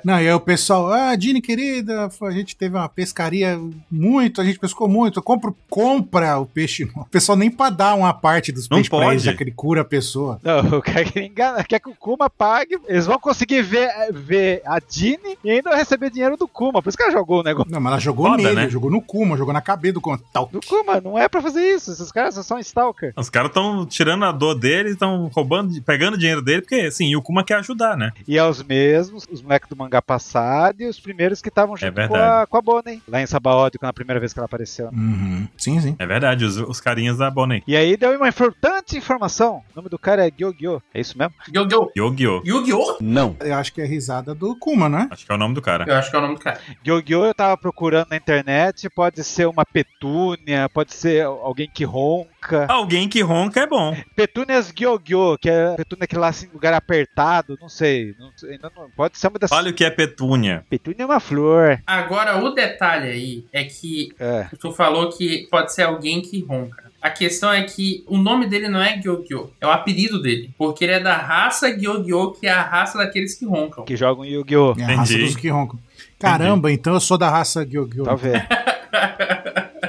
Speaker 3: Não, e aí o pessoal, ah, Dini querida, a gente teve uma pescaria muito, a gente pescou muito, compra, compra o peixe. O pessoal nem pra dar uma parte dos
Speaker 1: Não
Speaker 3: peixes pra ele,
Speaker 1: pode.
Speaker 3: já que ele cura a pessoa.
Speaker 4: Não, o cara quer enganar, quer que o Kuma pague. Eles vão conseguir ver, ver a Dini e ainda vai receber dinheiro do Kuma. Por isso que ela jogou o negócio.
Speaker 3: Não, mas ela jogou
Speaker 1: Foda,
Speaker 3: nele,
Speaker 1: né? né?
Speaker 3: Jogou no Kuma, jogou na cabeça do Kuma. Tal.
Speaker 4: No Kuma, não é pra fazer isso. Esses caras são só um stalker.
Speaker 1: Os caras estão tirando a dor dele, estão roubando, pegando dinheiro dele, porque assim, o Kuma quer ajudar, né?
Speaker 4: E é os mesmos, os moleques do mangá passado e os primeiros que estavam junto com, a,
Speaker 1: verdade.
Speaker 4: com a Bonnie. Lá em Sabaody, quando a primeira vez que ela apareceu.
Speaker 3: Uhum. Sim, sim.
Speaker 1: É verdade, os, os carinhas da Bonnie.
Speaker 4: E aí deu uma importante informação. O nome do cara é Gyogyo. É isso mesmo?
Speaker 2: Yu-Gi-Oh!
Speaker 1: Yu-Gi-Oh!
Speaker 2: Yu-Gi-Oh!
Speaker 5: Não.
Speaker 3: Eu acho que é risada do Kuma, né?
Speaker 1: Acho que é o nome do cara.
Speaker 2: Eu acho que é o nome do cara.
Speaker 4: Gyogyo eu tava procurando na internet. Pode ser uma petúnia, pode ser alguém que ronca.
Speaker 1: Alguém que ronca é bom.
Speaker 4: Petúnias Gyogyo, que é petúnia que lá assim, lugar apertado. Não sei. Não, sei, ainda não- pode ser uma dessas.
Speaker 1: Olha o que é petúnia.
Speaker 4: Petúnia é uma flor.
Speaker 2: Agora, o detalhe aí é que
Speaker 4: É.
Speaker 2: tu falou que pode ser alguém que ronca. A questão é que o nome dele não é Gyogyo, é o apelido dele. Porque ele é da raça Gyogyo, que é a raça daqueles que roncam.
Speaker 4: Que jogam Yu-Gi-Oh!
Speaker 3: É a raça
Speaker 1: Entendi.
Speaker 3: dos que roncam. Caramba, então eu sou da raça Gyogyo.
Speaker 4: Talvez.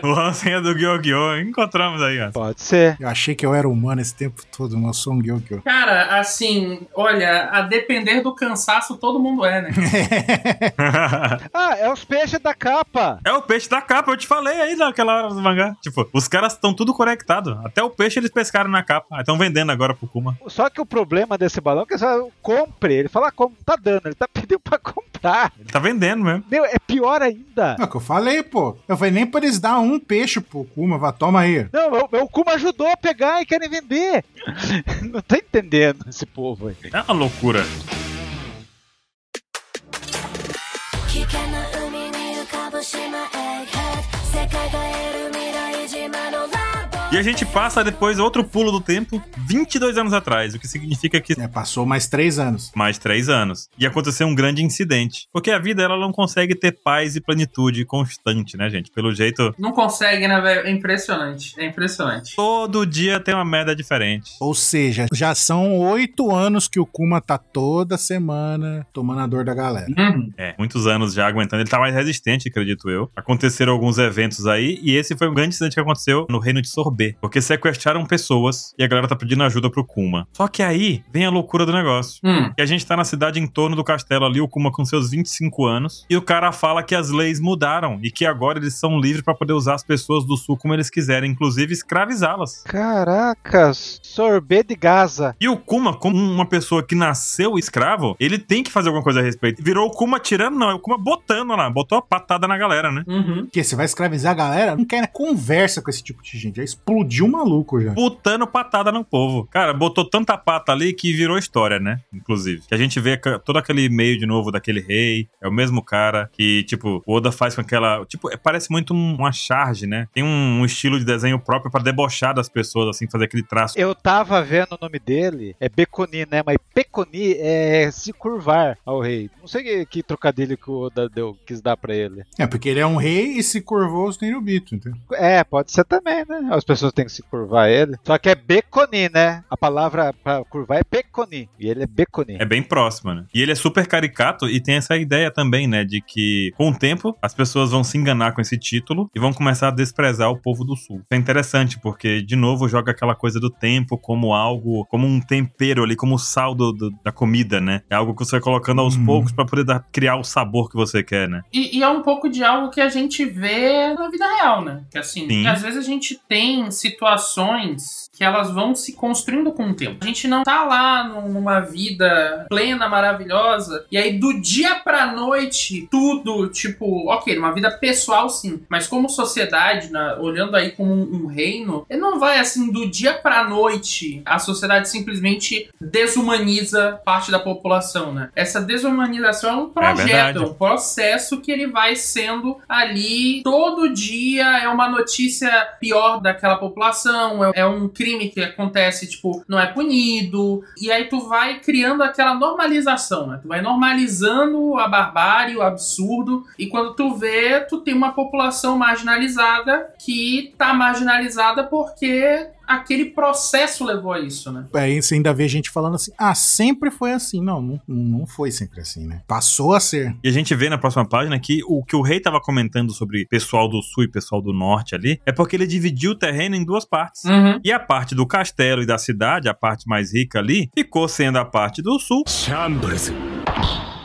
Speaker 1: O lance é do Yu-Gi-Oh! Encontramos aí, ó.
Speaker 4: Pode ser.
Speaker 3: Eu achei que eu era humano esse tempo todo, mas eu sou um Gyogyo.
Speaker 2: Cara, assim, olha, a depender do cansaço, todo mundo é, né?
Speaker 4: Ah, é os peixes da capa.
Speaker 1: É o peixe da capa, eu te falei aí naquela hora do mangá. Tipo, os caras estão tudo conectados. Até o peixe eles pescaram na capa. Estão vendendo agora pro Kuma.
Speaker 4: Só que o problema desse balão é que você fala, compre. Ele fala, como? Tá dando. Ele tá pedindo pra comprar.
Speaker 1: Ele tá vendendo mesmo.
Speaker 4: Meu, é pior ainda.
Speaker 3: É o que eu falei, pô. Eu falei, nem pra eles dar um peixe pro Kuma, vá, toma aí.
Speaker 4: Não, meu, meu Kuma ajudou a pegar e querem vender. Não tá entendendo esse povo aí.
Speaker 1: É uma loucura.
Speaker 6: 危険な海に浮かぶ島エッグヘッド世界が得る未来島のラボ
Speaker 1: E a gente passa depois outro pulo do tempo, 22 anos atrás, o que significa que
Speaker 3: É, passou mais três anos.
Speaker 1: mais três anos. E aconteceu um grande incidente. Porque a vida ela não consegue ter paz e plenitude constante, né, gente? Pelo jeito,
Speaker 2: Não consegue, né, velho? É impressionante. É impressionante.
Speaker 1: todo dia tem uma merda diferente.
Speaker 3: Ou seja, já são oito anos que o Kuma tá toda semana tomando a dor da galera.
Speaker 2: Uhum.
Speaker 1: É, muitos anos já aguentando. Ele tá mais resistente, acredito eu. Aconteceram alguns eventos aí, e esse foi um grande incidente que aconteceu no reino de Sorbet. Porque sequestraram pessoas e a galera tá pedindo ajuda pro Kuma. Só que aí vem a loucura do negócio.
Speaker 2: Hum.
Speaker 1: E a gente tá na cidade em torno do castelo ali, o Kuma com seus 25 anos. E o cara fala que as leis mudaram e que agora eles são livres pra poder usar as pessoas do sul como eles quiserem, inclusive escravizá-las.
Speaker 4: Caraca, sorbet de Gaza.
Speaker 1: E o Kuma, como uma pessoa que nasceu escravo, ele tem que fazer alguma coisa a respeito. Virou o Kuma tirando, não, é o Kuma botando lá, botou a patada na galera, né?
Speaker 2: Uhum.
Speaker 3: Porque você vai escravizar a galera? Não quer conversa com esse tipo de gente. Já explodiu o maluco já.
Speaker 1: Botando patada no povo. Cara, botou tanta pata ali que virou história, né? Inclusive. Que a gente vê ca- todo aquele meio de novo daquele rei. É o mesmo cara que, tipo, o Oda faz com aquela. Tipo, é- parece muito um- uma charge, né? Tem um, um estilo de desenho próprio pra debochar das pessoas, assim, fazer aquele traço.
Speaker 4: Eu tava vendo o nome dele, é Beconi, né? Mas Peconi é se curvar ao rei. Não sei que, que trocadilho que o Oda deu, quis dar pra ele.
Speaker 3: É, porque ele é um rei e se curvou os Nerubito, entendeu?
Speaker 4: É, pode ser também, né? As pessoas têm que se curvar a ele. Só que é Beconi, né? A palavra pra curvar é Peconi. E ele é Beconi.
Speaker 1: É bem próxima, né? E ele é super caricato e tem essa ideia também, né? De que com o tempo as pessoas vão se enganar com esse título e vão começar a desprezar o povo do sul. Isso é interessante, porque de novo joga aquela coisa do tempo como algo, como um tempero ali, como o sal do- do- da comida, né? É algo que você vai colocando aos
Speaker 3: Uhum.
Speaker 1: poucos pra poder dar- criar o sabor que você quer, né?
Speaker 2: E, e é um pouco de algo que a gente vê na vida real, né? Que assim,
Speaker 1: Sim.
Speaker 2: às vezes a gente tem situações que elas vão se construindo com o tempo. A gente não tá lá num- numa vida plena, maravilhosa, e aí do dia pra noite, tudo, tipo, ok, numa vida pessoal sim, mas como sociedade, na- olhando aí como um, um reino, ele não vai assim do dia pra noite, a sociedade simplesmente desumaniza parte da população, né? Essa desumanização é um projeto,
Speaker 1: verdade.
Speaker 2: é um processo que ele vai sendo ali todo dia é uma notícia pior daquela população, é, é um crime que acontece, tipo, não é punido. E aí tu vai criando aquela normalização, né? Tu vai normalizando a barbárie, o absurdo, e quando tu vê, tu tem uma população marginalizada que tá marginalizada porque aquele processo levou a isso, né?
Speaker 3: Aí você ainda vê gente falando assim, ah, sempre foi assim. Não, não, não foi sempre assim, né? Passou a ser.
Speaker 1: E a gente vê na próxima página que o que o rei tava comentando sobre pessoal do sul e pessoal do norte ali é porque ele dividiu o terreno em duas partes.
Speaker 2: Uhum.
Speaker 1: E a parte do castelo e da cidade, a parte mais rica ali, ficou sendo a parte do sul.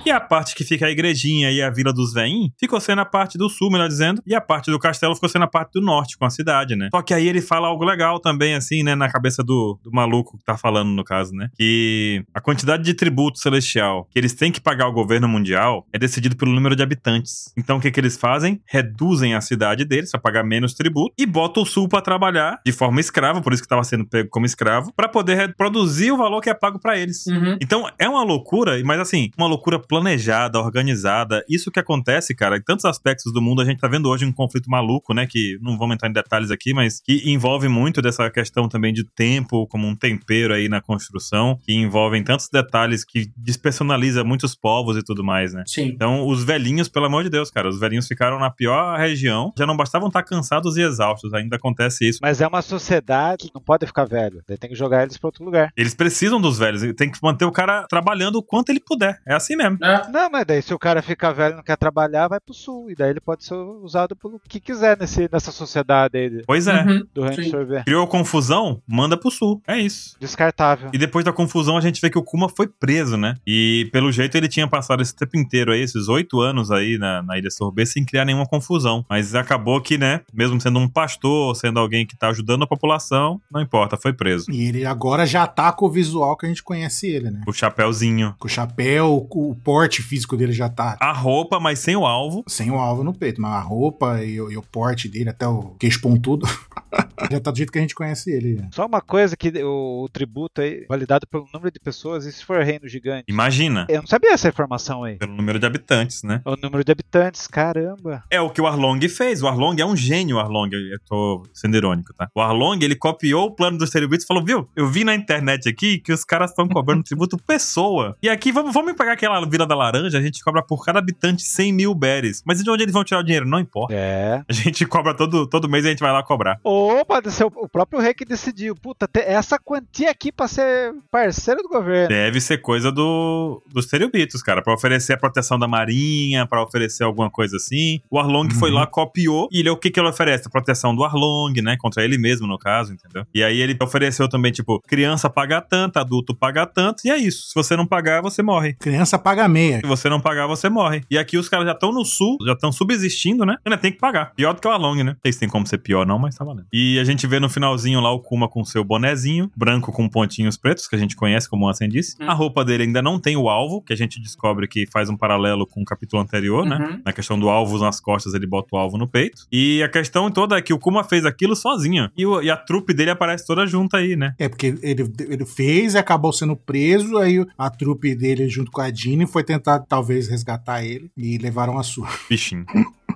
Speaker 1: E a parte que fica a igrejinha e a vila dos veinhos ficou sendo a parte do sul, melhor dizendo, e a parte do castelo ficou sendo a parte do norte, com a cidade, né? Só que aí ele fala algo legal também, assim, né? Na cabeça do, do maluco que tá falando, no caso, né? Que a quantidade de tributo celestial que eles têm que pagar ao governo mundial é decidido pelo número de habitantes. Então o que, que eles fazem? Reduzem a cidade deles pra pagar menos tributo e botam o sul pra trabalhar de forma escrava, por isso que tava sendo pego como escravo, pra poder reproduzir o valor que é pago pra eles.
Speaker 2: Uhum.
Speaker 1: Então é uma loucura, mas assim, uma loucura planejada, organizada. Isso que acontece, cara, em tantos aspectos do mundo, a gente tá vendo hoje um conflito maluco, né? Que não vamos entrar em detalhes aqui, mas que envolve muito dessa questão também de tempo, como um tempero aí na construção, que envolvem tantos detalhes que despersonaliza muitos povos e tudo mais, né?
Speaker 2: Sim.
Speaker 1: Então, os velhinhos, pelo amor de Deus, cara, os velhinhos ficaram na pior região, já não bastavam estar cansados e exaustos, ainda acontece isso.
Speaker 4: Mas é uma sociedade que não pode ficar velho. Daí tem que jogar eles pra outro lugar.
Speaker 1: Eles precisam dos velhos, tem que manter o cara trabalhando o quanto ele puder. É assim mesmo.
Speaker 2: É.
Speaker 4: Não, mas daí se o cara ficar velho e não quer trabalhar, vai pro sul. E daí ele pode ser usado pelo que quiser nesse, nessa sociedade aí de-
Speaker 1: Pois é.
Speaker 2: Uhum.
Speaker 4: do reino de
Speaker 2: Sim.
Speaker 4: sorvete.
Speaker 1: Criou confusão, manda pro sul. É isso.
Speaker 4: Descartável.
Speaker 1: E depois da confusão, a gente vê que o Kuma foi preso, né? E pelo jeito ele tinha passado esse tempo inteiro aí, esses oito anos aí na, na Ilha Sorbet, sem criar nenhuma confusão. Mas acabou que, né? Mesmo sendo um pastor, sendo alguém que tá ajudando a população, não importa, foi preso.
Speaker 3: E ele agora já tá com o visual que a gente conhece ele, né?
Speaker 1: O chapéuzinho.
Speaker 3: Com o chapéu, com o porte físico dele já tá
Speaker 1: A roupa, mas sem o alvo.
Speaker 3: sem o alvo no peito, mas a roupa e, o- e o porte dele, até o queixo pontudo, já tá do jeito que a gente conhece ele. né?
Speaker 4: Só uma coisa que o, o tributo aí, validado pelo número de pessoas, e se for reino gigante?
Speaker 1: Imagina.
Speaker 4: Eu não sabia essa informação aí.
Speaker 1: Pelo número de habitantes, né?
Speaker 4: O número de habitantes, caramba.
Speaker 1: É o que o Arlong fez. O Arlong é um gênio, o Arlong. Eu eu tô sendo irônico, tá? O Arlong, ele copiou o plano dos tributos e falou: viu, eu vi na internet aqui que os caras estão cobrando tributo pessoa. E aqui, vamos, vamos pegar aquela Vila da Laranja, a gente cobra por cada habitante 100 mil berries. Mas de onde eles vão tirar o dinheiro? Não importa.
Speaker 4: É.
Speaker 1: A gente cobra todo, todo mês e a gente vai lá cobrar.
Speaker 4: Ou pode ser o, o próprio rei que decidiu. Puta, tem essa quantia aqui pra ser parceiro do governo.
Speaker 1: Deve ser coisa do, dos Teribitos, cara. Pra oferecer a proteção da marinha, pra oferecer alguma coisa assim. O Arlong foi lá, copiou. E ele, o que, que ele oferece? A proteção do Arlong, né? Contra ele mesmo, no caso, entendeu? E aí ele ofereceu também, tipo, criança paga tanto, adulto paga tanto. E é isso. Se você não pagar, você morre.
Speaker 3: Criança paga meia.
Speaker 1: Se você não pagar, você morre. E aqui os caras já estão no sul, já estão subsistindo, né? Ainda tem que pagar. Pior do que o Along, né? Não sei se tem como ser pior, não, mas tá valendo. E a gente vê no finalzinho lá o Kuma com seu bonezinho, branco com pontinhos pretos, que a gente conhece, como o Ansem disse.
Speaker 2: Hum.
Speaker 1: A roupa dele ainda não tem o alvo, que a gente descobre que faz um paralelo com o capítulo anterior, né?
Speaker 2: Uhum.
Speaker 1: Na questão do alvo nas costas, ele bota o alvo no peito. E a questão toda é que o Kuma fez aquilo sozinho. E, o- e a trupe dele aparece toda junta aí, né?
Speaker 3: É porque ele, ele fez, acabou sendo preso, aí a trupe dele junto com a Dini foi tentar talvez resgatar ele e levaram a sua.
Speaker 1: Bichinho.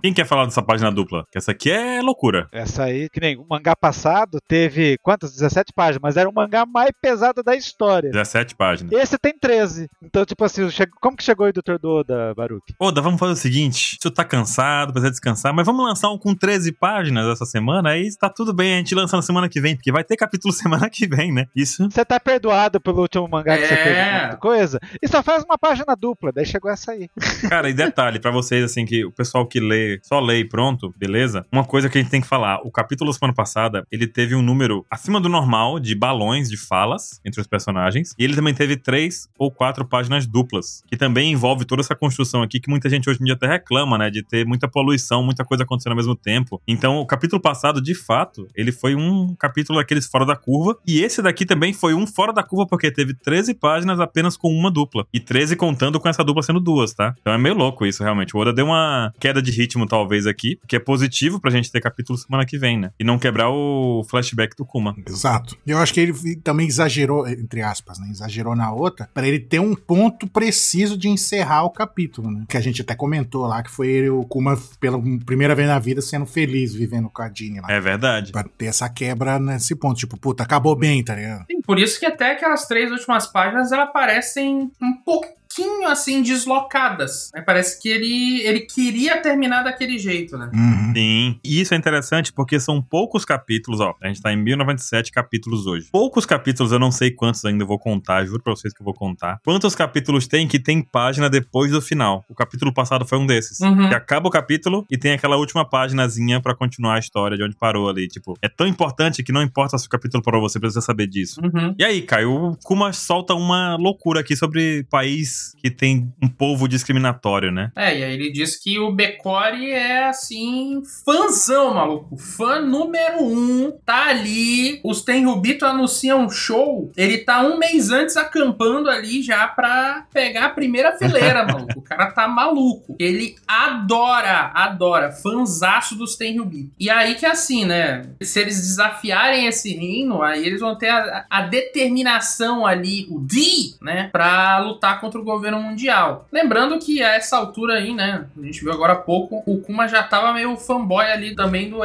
Speaker 1: Quem quer falar dessa página dupla? Que essa aqui é loucura.
Speaker 4: Essa aí, que nem o mangá passado, teve quantas? 17 páginas, mas era o mangá mais pesado da história.
Speaker 1: 17 páginas.
Speaker 4: Esse tem 13. Então, tipo assim, che- como que chegou aí o Dr. Doda, Baruque?
Speaker 1: Oda, vamos fazer o seguinte: você tá cansado, precisa descansar, mas vamos lançar um com 13 páginas essa semana, aí tá tudo bem, a gente lança na semana que vem, porque vai ter capítulo semana que vem, né? Isso.
Speaker 4: Você tá perdoado pelo último mangá que você
Speaker 2: É.
Speaker 4: fez um monte de coisa? E só faz uma página dupla, daí chegou essa aí.
Speaker 1: Cara, e detalhe, pra vocês, assim, que o pessoal que lê, só lê e pronto, beleza? Uma coisa que a gente tem que falar: o capítulo semana passada, ele teve um número acima do normal de balões, de falas entre os personagens, e ele também teve três ou quatro páginas duplas, que também envolve toda essa construção aqui que muita gente hoje em dia até reclama, né? De ter muita poluição, muita coisa acontecendo ao mesmo tempo. Então, o capítulo passado, de fato, ele foi um capítulo daqueles fora da curva. E esse daqui também foi um fora da curva, porque teve 13 páginas apenas com uma dupla. E 13 contando com essa dupla sendo duas, tá? Então é meio louco isso, realmente. O Oda deu uma queda de ritmo, talvez, aqui, que é positivo pra gente ter capítulo semana que vem, né? E não quebrar o flashback do Kuma.
Speaker 3: Exato. Eu acho que ele também exagerou, entre aspas, né? Exagerou na outra, pra ele ter um ponto preciso de encerrar o capítulo, né? Que a gente até comentou lá, que foi ele, o Kuma, pela primeira vez na vida, sendo feliz vivendo com a Dini lá.
Speaker 1: É verdade.
Speaker 3: Pra ter essa quebra nesse ponto. Tipo, puta, acabou bem, tá ligado?
Speaker 2: Sim, por isso que até aquelas três últimas páginas elas parecem um pouquinho assim deslocadas. né? Parece que ele, ele queria terminar daquele jeito, né?
Speaker 3: Uhum.
Speaker 1: Sim. E isso é interessante porque são poucos capítulos, ó. A gente tá em 1097 capítulos hoje. Poucos capítulos, eu não sei quantos ainda eu vou contar, juro pra vocês que eu vou contar. Quantos capítulos tem que tem página depois do final? O capítulo passado foi um desses.
Speaker 2: Uhum.
Speaker 1: Que acaba o capítulo e tem aquela última paginazinha pra continuar a história de onde parou ali. Tipo, é tão importante que não importa se o capítulo parou, você precisa saber disso.
Speaker 2: Uhum.
Speaker 1: E aí, Caio, o Kuma solta uma loucura aqui sobre país país que tem um povo discriminatório, né?
Speaker 2: É, e aí ele diz que o Becore é assim, fãzão, maluco. Fã número um, tá ali. Os Tenrubito anunciam um show. Ele tá um mês antes acampando ali já pra pegar a primeira fileira, maluco. O cara tá maluco. Ele adora, adora. Fanzaço dos Tenrubito. E aí que assim, né? Se eles desafiarem esse reino, aí eles vão ter a, a determinação ali, o D, né? Pra lutar contra o governo mundial. Lembrando que a essa altura aí, né? A gente viu agora há pouco, o Kuma já tava meio fanboy ali também do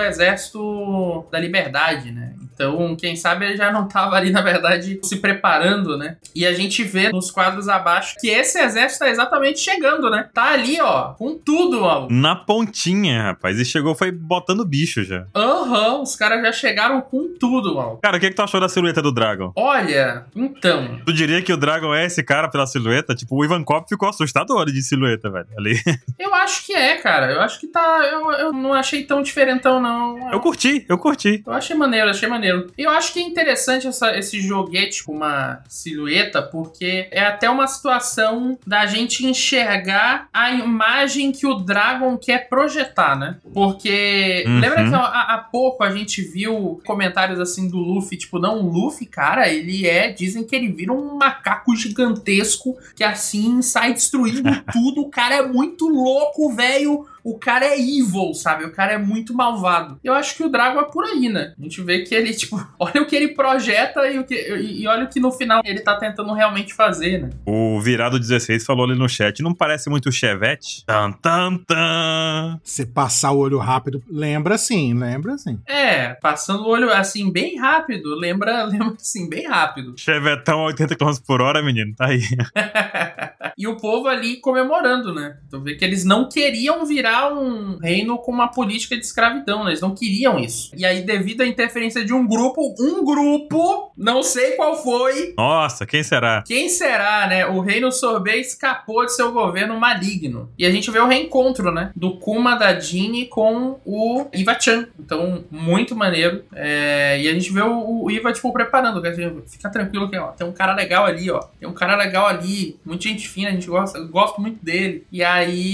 Speaker 2: Exército da Liberdade, né? Então, quem sabe ele já não tava ali, na verdade, se preparando, né? E a gente vê nos quadros abaixo que esse exército tá exatamente chegando, né? Tá ali, ó, com tudo, maluco.
Speaker 1: Na pontinha, rapaz. E chegou, foi botando bicho já.
Speaker 2: Aham, os caras já chegaram com tudo, maluco.
Speaker 1: Cara, o que, que tu achou da silhueta do Dragon?
Speaker 2: Olha, então,
Speaker 1: Tu diria que o Dragon é esse cara pela silhueta? Tipo, o Ivan Cop ficou assustador de silhueta, velho. Ali.
Speaker 2: eu acho que é, cara. Eu acho que tá. Eu, eu não achei tão diferentão, não.
Speaker 1: Eu curti, eu curti.
Speaker 2: Eu achei maneiro, achei maneiro. Eu acho que é interessante essa- esse joguete com uma silhueta, porque é até uma situação da gente enxergar a imagem que o Dragon quer projetar, né? Porque.
Speaker 1: Uhum.
Speaker 2: Lembra que há, há pouco a gente viu comentários assim do Luffy, tipo, não, o Luffy, cara, ele é. Dizem que ele vira um macaco gigantesco que assim sai destruindo tudo. O cara é muito louco, velho. O cara é evil, sabe? O cara é muito malvado. Eu acho que o Drago é por aí, né? A gente vê que ele, tipo, olha o que ele projeta e, o que, e, e olha o que no final ele tá tentando realmente fazer, né?
Speaker 1: O Virado 16 falou ali no chat: não parece muito o Chevette? Tan, tan, tan.
Speaker 3: Você passar o olho rápido, lembra sim, lembra sim.
Speaker 2: É, passando o olho assim bem rápido, lembra, lembra assim, bem rápido.
Speaker 1: Chevetão a 80 km por hora, menino. Tá aí.
Speaker 2: tá? e o povo ali comemorando, né? Tu vê que eles não queriam virar um reino com uma política de escravidão, né? Eles não queriam isso. E aí, devido à interferência de um grupo, um grupo, não sei qual foi,
Speaker 1: Nossa, quem será?
Speaker 2: Quem será, né? O reino sorbet escapou de seu governo maligno. E a gente vê o reencontro, né? Do Kuma da Jini com o Iva-chan. Então, muito maneiro. É, E a gente vê o, o Iva, tipo, preparando. quer dizer, Fica tranquilo que ó, tem um cara legal ali, ó. Tem um cara legal ali. Muita gente fina, a gente gosta. Eu gosto muito dele. E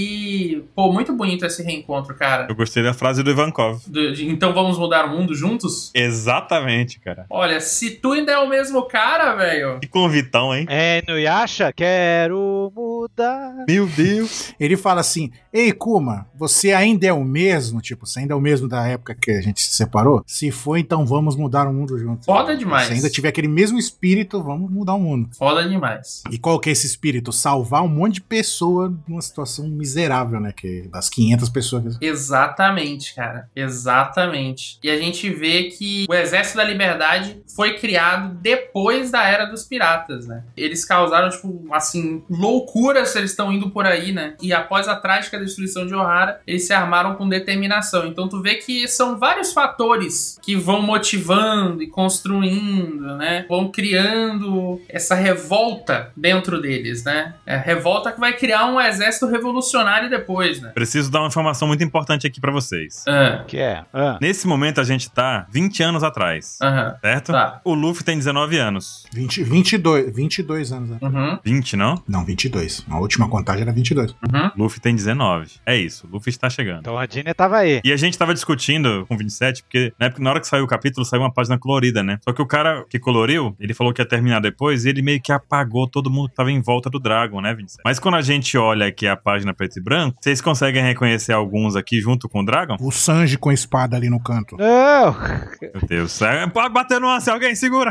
Speaker 2: aí... Pô, muito bonito esse reencontro, cara.
Speaker 1: Eu gostei da frase do Ivankov.
Speaker 2: Do- de, então, vamos mudar o mundo juntos?
Speaker 1: Exatamente, cara.
Speaker 2: Olha, se tu ainda é o mesmo cara, velho...
Speaker 1: Que convitão, hein?
Speaker 4: É, Inuyasha, quero mudar.
Speaker 1: Meu Deus.
Speaker 3: Ele fala assim: Ei, Kuma, você ainda é o mesmo? Tipo, você ainda é o mesmo da época que a gente se separou? Se for, então vamos mudar o mundo juntos.
Speaker 2: Foda demais.
Speaker 3: Se ainda tiver aquele mesmo espírito, vamos mudar o mundo.
Speaker 2: Foda demais.
Speaker 3: E qual que é esse espírito? Salvar um monte de pessoa numa situação miserável, né? Que das 500 pessoas.
Speaker 2: Exatamente, cara. Exatamente. E a gente vê que o Exército da Liberdade foi criado depois da Era dos Piratas, né? Eles causaram, tipo, assim, loucuras se eles estão indo por aí, né? E após a trágica destruição de Ohara, eles se armaram com determinação. Então tu vê que são vários fatores que vão motivando e construindo, né? Vão criando essa revolta dentro deles, né? É a revolta que vai criar um exército revolucionário depois, né?
Speaker 1: Preciso dar uma informação muito importante aqui pra vocês.
Speaker 2: Ah.
Speaker 4: Que é? Ah,
Speaker 1: Nesse momento a gente tá 20 anos atrás,
Speaker 2: Aham,
Speaker 1: certo?
Speaker 2: tá.
Speaker 1: O Luffy tem 19 anos.
Speaker 3: 20, 22, 22 anos. né?
Speaker 2: Uhum,
Speaker 1: 20, não?
Speaker 3: Não, 22. A última contagem era 22.
Speaker 2: uhum.
Speaker 1: Luffy tem 19. É isso, o Luffy está chegando.
Speaker 4: então a Dina tava aí.
Speaker 1: E a gente tava discutindo com o 27, porque na, época, na hora que saiu o capítulo, saiu uma página colorida, né? Só que o cara que coloriu, ele falou que ia terminar depois, e ele meio que apagou todo mundo que tava em volta do Dragon, né, 27? Mas quando a gente olha aqui a página preto e branco, vocês conseguem reconhecer alguns aqui junto com o Dragon?
Speaker 3: O Sanji com a espada ali no canto.
Speaker 4: Não!
Speaker 1: Meu Deus, é, pode bater no lance, alguém segura!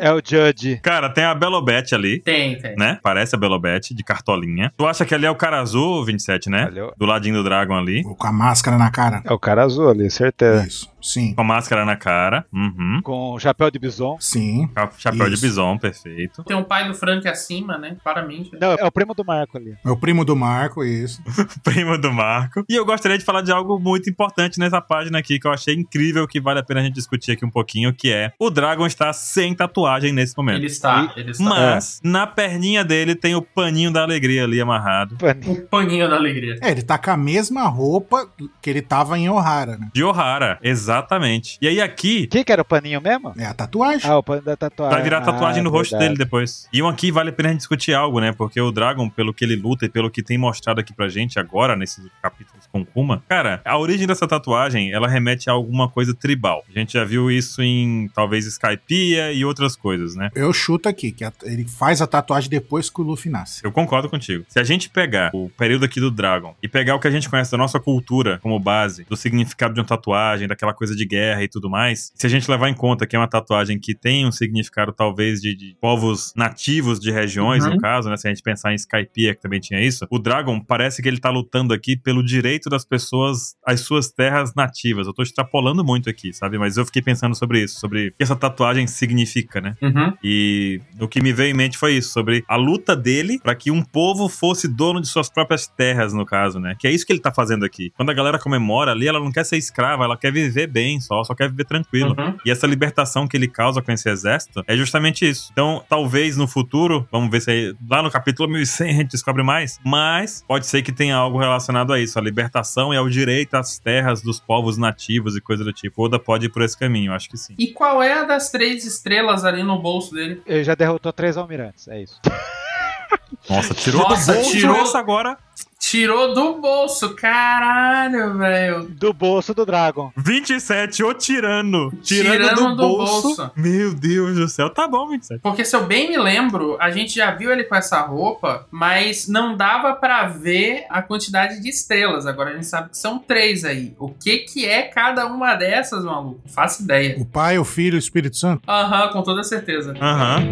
Speaker 4: É o Judge.
Speaker 1: Cara, tem a Belobete ali.
Speaker 2: tem, tem.
Speaker 1: né? Parece a Belobete, de cartolinha. Tu acha que ali é o cara azul, 27, né?
Speaker 4: Valeu.
Speaker 1: Do ladinho do Dragon ali.
Speaker 3: Com a máscara na cara.
Speaker 4: É o cara azul ali, certeza.
Speaker 3: Isso. Sim.
Speaker 1: Com a máscara na cara. Uhum.
Speaker 4: Com o chapéu de bison.
Speaker 3: Sim.
Speaker 1: Ca- Chapéu de
Speaker 3: Isso.
Speaker 1: bison, perfeito.
Speaker 2: Tem um pai do Frank acima, né? Claramente.
Speaker 4: Não, é o primo do Marco ali.
Speaker 3: Meu primo do Marco, isso.
Speaker 1: Primo do Marco. E eu gostaria de falar de algo muito importante nessa página aqui, que eu achei incrível, que vale a pena a gente discutir aqui um pouquinho, que é o Dragon está sem tatuagem nesse momento.
Speaker 2: Ele está, ele está.
Speaker 1: Mas, na perninha dele tem o paninho da alegria ali amarrado.
Speaker 4: Paninho.
Speaker 2: O um paninho da alegria.
Speaker 3: É, ele tá com a mesma roupa que ele tava em Ohara, né?
Speaker 1: De Ohara, exatamente. E aí aqui
Speaker 4: O que, que era o paninho mesmo?
Speaker 3: É a tatuagem.
Speaker 4: Ah, o paninho da tatuagem.
Speaker 1: Vai virar tatuagem
Speaker 4: Ah,
Speaker 1: no rosto
Speaker 4: verdade.
Speaker 1: dele depois. E um aqui vale a pena a gente discutir algo, né? Porque o Dragon, pelo que ele luta e pelo que tem mostrado aqui pra gente agora, nesses capítulos com Kuma, cara, a origem dessa tatuagem, ela remete a alguma coisa tribal. A gente já viu isso em, talvez, Skypiea e outras coisas, né?
Speaker 3: Eu chuto aqui, que a- ele faz a tatuagem depois que o Luffy nasce.
Speaker 1: Eu concordo contigo. Se a gente pegar o período aqui do Dragon e pegar o que a gente conhece da nossa cultura como base, do significado de uma tatuagem, daquela coisa de guerra e tudo mais, se a gente levar em conta que é uma tatuagem que tem um significado talvez de, de povos nativos de regiões,
Speaker 2: Uhum.
Speaker 1: no caso, né? Se a gente pensar em Skypiea, que também tinha isso, o Dragon parece que ele tá lutando aqui pelo direito das pessoas às suas terras nativas. Eu tô extrapolando muito aqui, sabe? Mas eu fiquei pensando sobre isso, sobre o que essa tatuagem significa, né?
Speaker 2: Uhum.
Speaker 1: E o que me veio em mente foi isso, sobre a luta dele para que um povo fosse dono de suas próprias terras, no caso, né? Que é isso que ele tá fazendo aqui. Quando a galera comemora ali, ela não quer ser escrava, ela quer viver bem só, só quer viver tranquilo.
Speaker 2: Uhum.
Speaker 1: E essa libertação que ele causa com esse exército é justamente isso. Então, talvez no futuro, vamos ver se aí, lá no capítulo 1100 a gente descobre mais, mas pode ser que tenha algo relacionado a isso, a libertação e ao direito às terras dos povos nativos e coisa do tipo. Oda pode ir por esse caminho, acho que sim.
Speaker 2: E qual é a das três estrelas ali no bolso dele?
Speaker 4: Ele já derrotou três almirantes, é isso.
Speaker 1: Nossa, tirou
Speaker 2: Nossa,
Speaker 1: do bolso
Speaker 2: tirou-
Speaker 1: essa agora.
Speaker 2: Tirou do bolso, caralho, velho.
Speaker 4: Do bolso do Dragon.
Speaker 1: 27, o tirano. Tirando,
Speaker 2: Tirano
Speaker 1: do,
Speaker 2: do
Speaker 1: bolso.
Speaker 2: bolso.
Speaker 1: Meu Deus do céu. Tá bom, 27.
Speaker 2: Porque se eu bem me lembro, a gente já viu ele com essa roupa, mas não dava pra ver a quantidade de estrelas. Agora a gente sabe que são três aí. O que que é cada uma dessas, maluco? Não Faço ideia.
Speaker 3: O Pai, o Filho e o Espírito Santo.
Speaker 2: Aham, com toda certeza.
Speaker 1: Aham.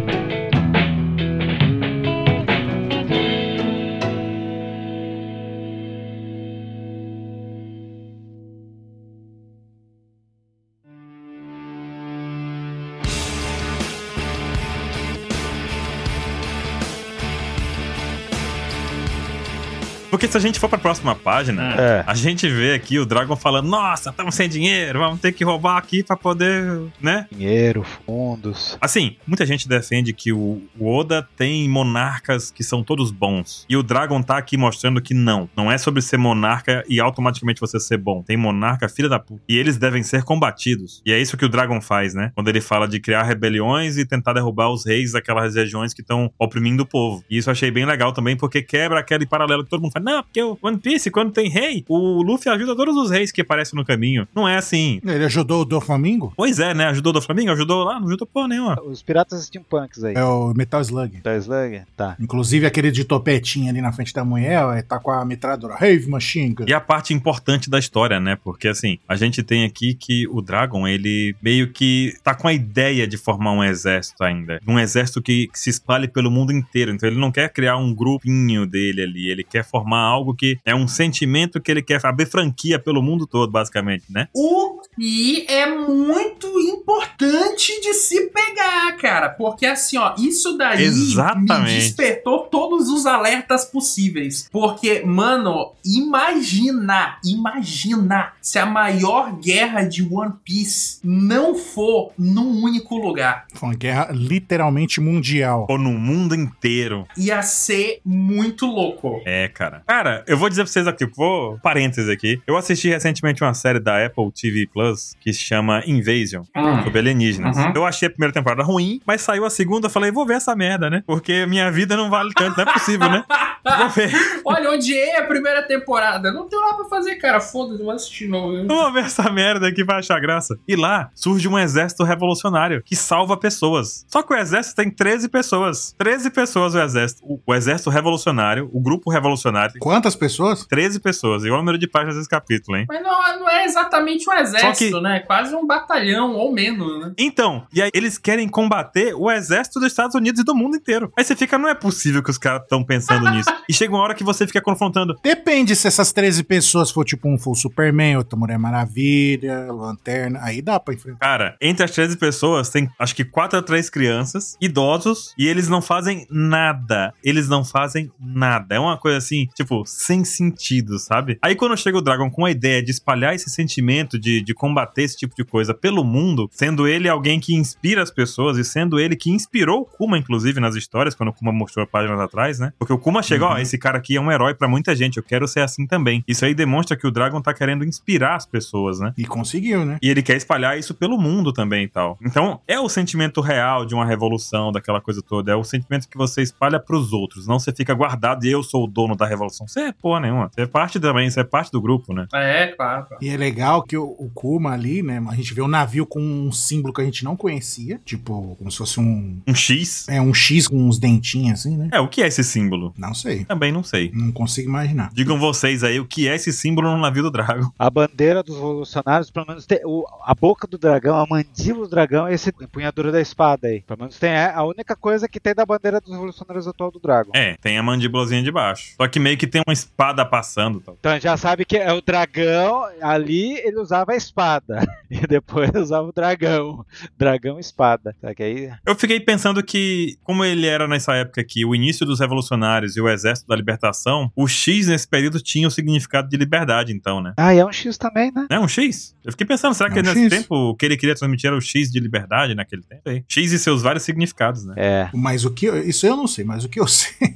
Speaker 1: Porque se a gente for pra próxima página,
Speaker 4: É.
Speaker 1: a gente vê aqui o Dragon falando: Nossa, estamos sem dinheiro, vamos ter que roubar aqui pra poder, né?
Speaker 4: Dinheiro, fundos.
Speaker 1: Assim, muita gente defende que o, o Oda tem monarcas que são todos bons. E o Dragon tá aqui mostrando que não. Não é sobre ser monarca e automaticamente você ser bom. Tem monarca, filha da puta. E eles devem ser combatidos. E é isso que o Dragon faz, né? Quando ele fala de criar rebeliões e tentar derrubar os reis daquelas regiões que estão oprimindo o povo. E isso eu achei bem legal também, porque quebra aquele paralelo que todo mundo faz. Não, porque o One Piece, quando tem rei, o Luffy ajuda todos os reis que aparecem no caminho. Não é assim.
Speaker 3: Ele ajudou o Doflamingo?
Speaker 1: Pois é, né? Ajudou do Flamengo, ajudou lá, não ajudou porra nenhuma.
Speaker 4: Os piratas steampunks aí.
Speaker 3: É o Metal Slug.
Speaker 4: Da Slug? Tá.
Speaker 3: Inclusive aquele de topetinha ali na frente da mulher, ó, ele tá com a metralhadora. Rave Machine Gun.
Speaker 1: E a parte importante da história, né? Porque assim, a gente tem aqui que o Dragon, ele meio que tá com a ideia de formar um exército ainda. Um exército que, que se espalhe pelo mundo inteiro. Então ele não quer criar um grupinho dele ali. Ele quer formar algo que é um sentimento que ele quer abrir franquia pelo mundo todo, basicamente, né?
Speaker 2: O que é muito importante de se pegar, cara. Porque assim, ó, isso daí
Speaker 1: Exatamente.
Speaker 2: me despertou todos os alertas possíveis. Porque, mano, imagina, imagina se a maior guerra de One Piece não for num único lugar.
Speaker 3: Foi uma guerra literalmente mundial.
Speaker 1: Ou no mundo inteiro.
Speaker 2: Ia ser muito louco.
Speaker 1: É, cara. Cara, eu vou dizer pra vocês aqui, vou. Parênteses aqui. Eu assisti recentemente uma série da Apple TV Plus que se chama Invasion. Sobre alienígenas.
Speaker 2: Uhum.
Speaker 1: Eu achei a primeira temporada ruim, mas saiu a segunda, eu falei, vou ver essa merda, né? Porque minha vida não vale tanto, não é possível, né? Vou ver,
Speaker 2: Olha, eu odiei a primeira temporada. Não tem lá pra fazer, cara. Foda-se, vou assistir de novo. né?
Speaker 1: eu vou ver essa merda aqui vai achar graça. E lá surge um exército revolucionário que salva pessoas. Só que o exército tem 13 pessoas. 13 pessoas o exército. O, o exército revolucionário, o grupo revolucionário.
Speaker 3: Quantas pessoas?
Speaker 1: 13 pessoas, igual o número de páginas desse capítulo, hein?
Speaker 2: Mas não, não é exatamente um exército,
Speaker 1: que-
Speaker 2: né? É quase um batalhão ou menos, né?
Speaker 1: Então, e aí eles querem combater o exército dos Estados Unidos e do mundo inteiro. Aí você fica, não é possível que os caras estão pensando nisso. E chega uma hora que você fica confrontando.
Speaker 3: Depende se essas 13 pessoas for tipo um full Superman, outra Mulher Maravilha, Lanterna, aí dá pra enfrentar.
Speaker 1: Cara, entre as 13 pessoas, tem acho que 4 a 3 crianças, idosos, e eles não fazem nada. Eles não fazem nada. É uma coisa assim, tipo, sem sentido, sabe? Aí quando chega o Dragon com a ideia de espalhar esse sentimento de, de combater esse tipo de coisa pelo mundo, sendo ele alguém que inspira as pessoas e sendo ele que inspirou o Kuma, inclusive, nas histórias, quando o Kuma mostrou páginas atrás, né? Porque o Kuma chegou, ó, esse cara aqui é um herói pra muita gente, eu quero ser assim também. Isso aí demonstra que o Dragon tá querendo inspirar as pessoas, né?
Speaker 3: E conseguiu, né?
Speaker 1: E ele quer espalhar isso pelo mundo também e tal. Então, é o sentimento real de uma revolução, daquela coisa toda. É o sentimento que você espalha pros outros. Não você fica guardado e eu sou o dono da revolução. Você é porra nenhuma. Você é parte também, você é parte do grupo, né?
Speaker 2: É, claro. claro.
Speaker 3: E é legal que o, o Kuma ali, né? A gente vê o navio com um símbolo que a gente não conhecia. Tipo, como se fosse um.
Speaker 1: Um X.
Speaker 3: É um X com uns dentinhos assim, né?
Speaker 1: É, o que é esse símbolo?
Speaker 3: Não sei.
Speaker 1: Também não sei.
Speaker 3: Não consigo imaginar.
Speaker 1: Digam vocês aí o que é esse símbolo no navio do Dragon.
Speaker 4: A bandeira dos revolucionários, pelo menos tem o- a boca do dragão, a mandíbula do dragão e esse empunhadura da espada aí. Pelo menos tem é a única coisa que tem da bandeira dos revolucionários atual do dragão.
Speaker 1: É, tem a mandíbulazinha de baixo. Só que meio que tem uma espada passando e tal.
Speaker 4: Então a gente já sabe que é o dragão, ali ele usava a espada. E depois usava o dragão. Dragão e espada. Só que aí
Speaker 1: Eu fiquei pensando que, como ele era nessa época aqui, o início dos revolucionários e o exército da libertação, o X nesse período tinha o significado de liberdade, então, né?
Speaker 4: Ah, e é um X também, né?
Speaker 1: Não é um X? Eu fiquei pensando, será
Speaker 3: É
Speaker 1: que
Speaker 3: um
Speaker 1: nesse
Speaker 3: X.
Speaker 1: tempo o que ele queria transmitir era o X de liberdade naquele tempo? Sei. X e seus vários significados, né?
Speaker 4: É.
Speaker 3: Mas o que. eu- Isso eu não sei, mas o que eu sei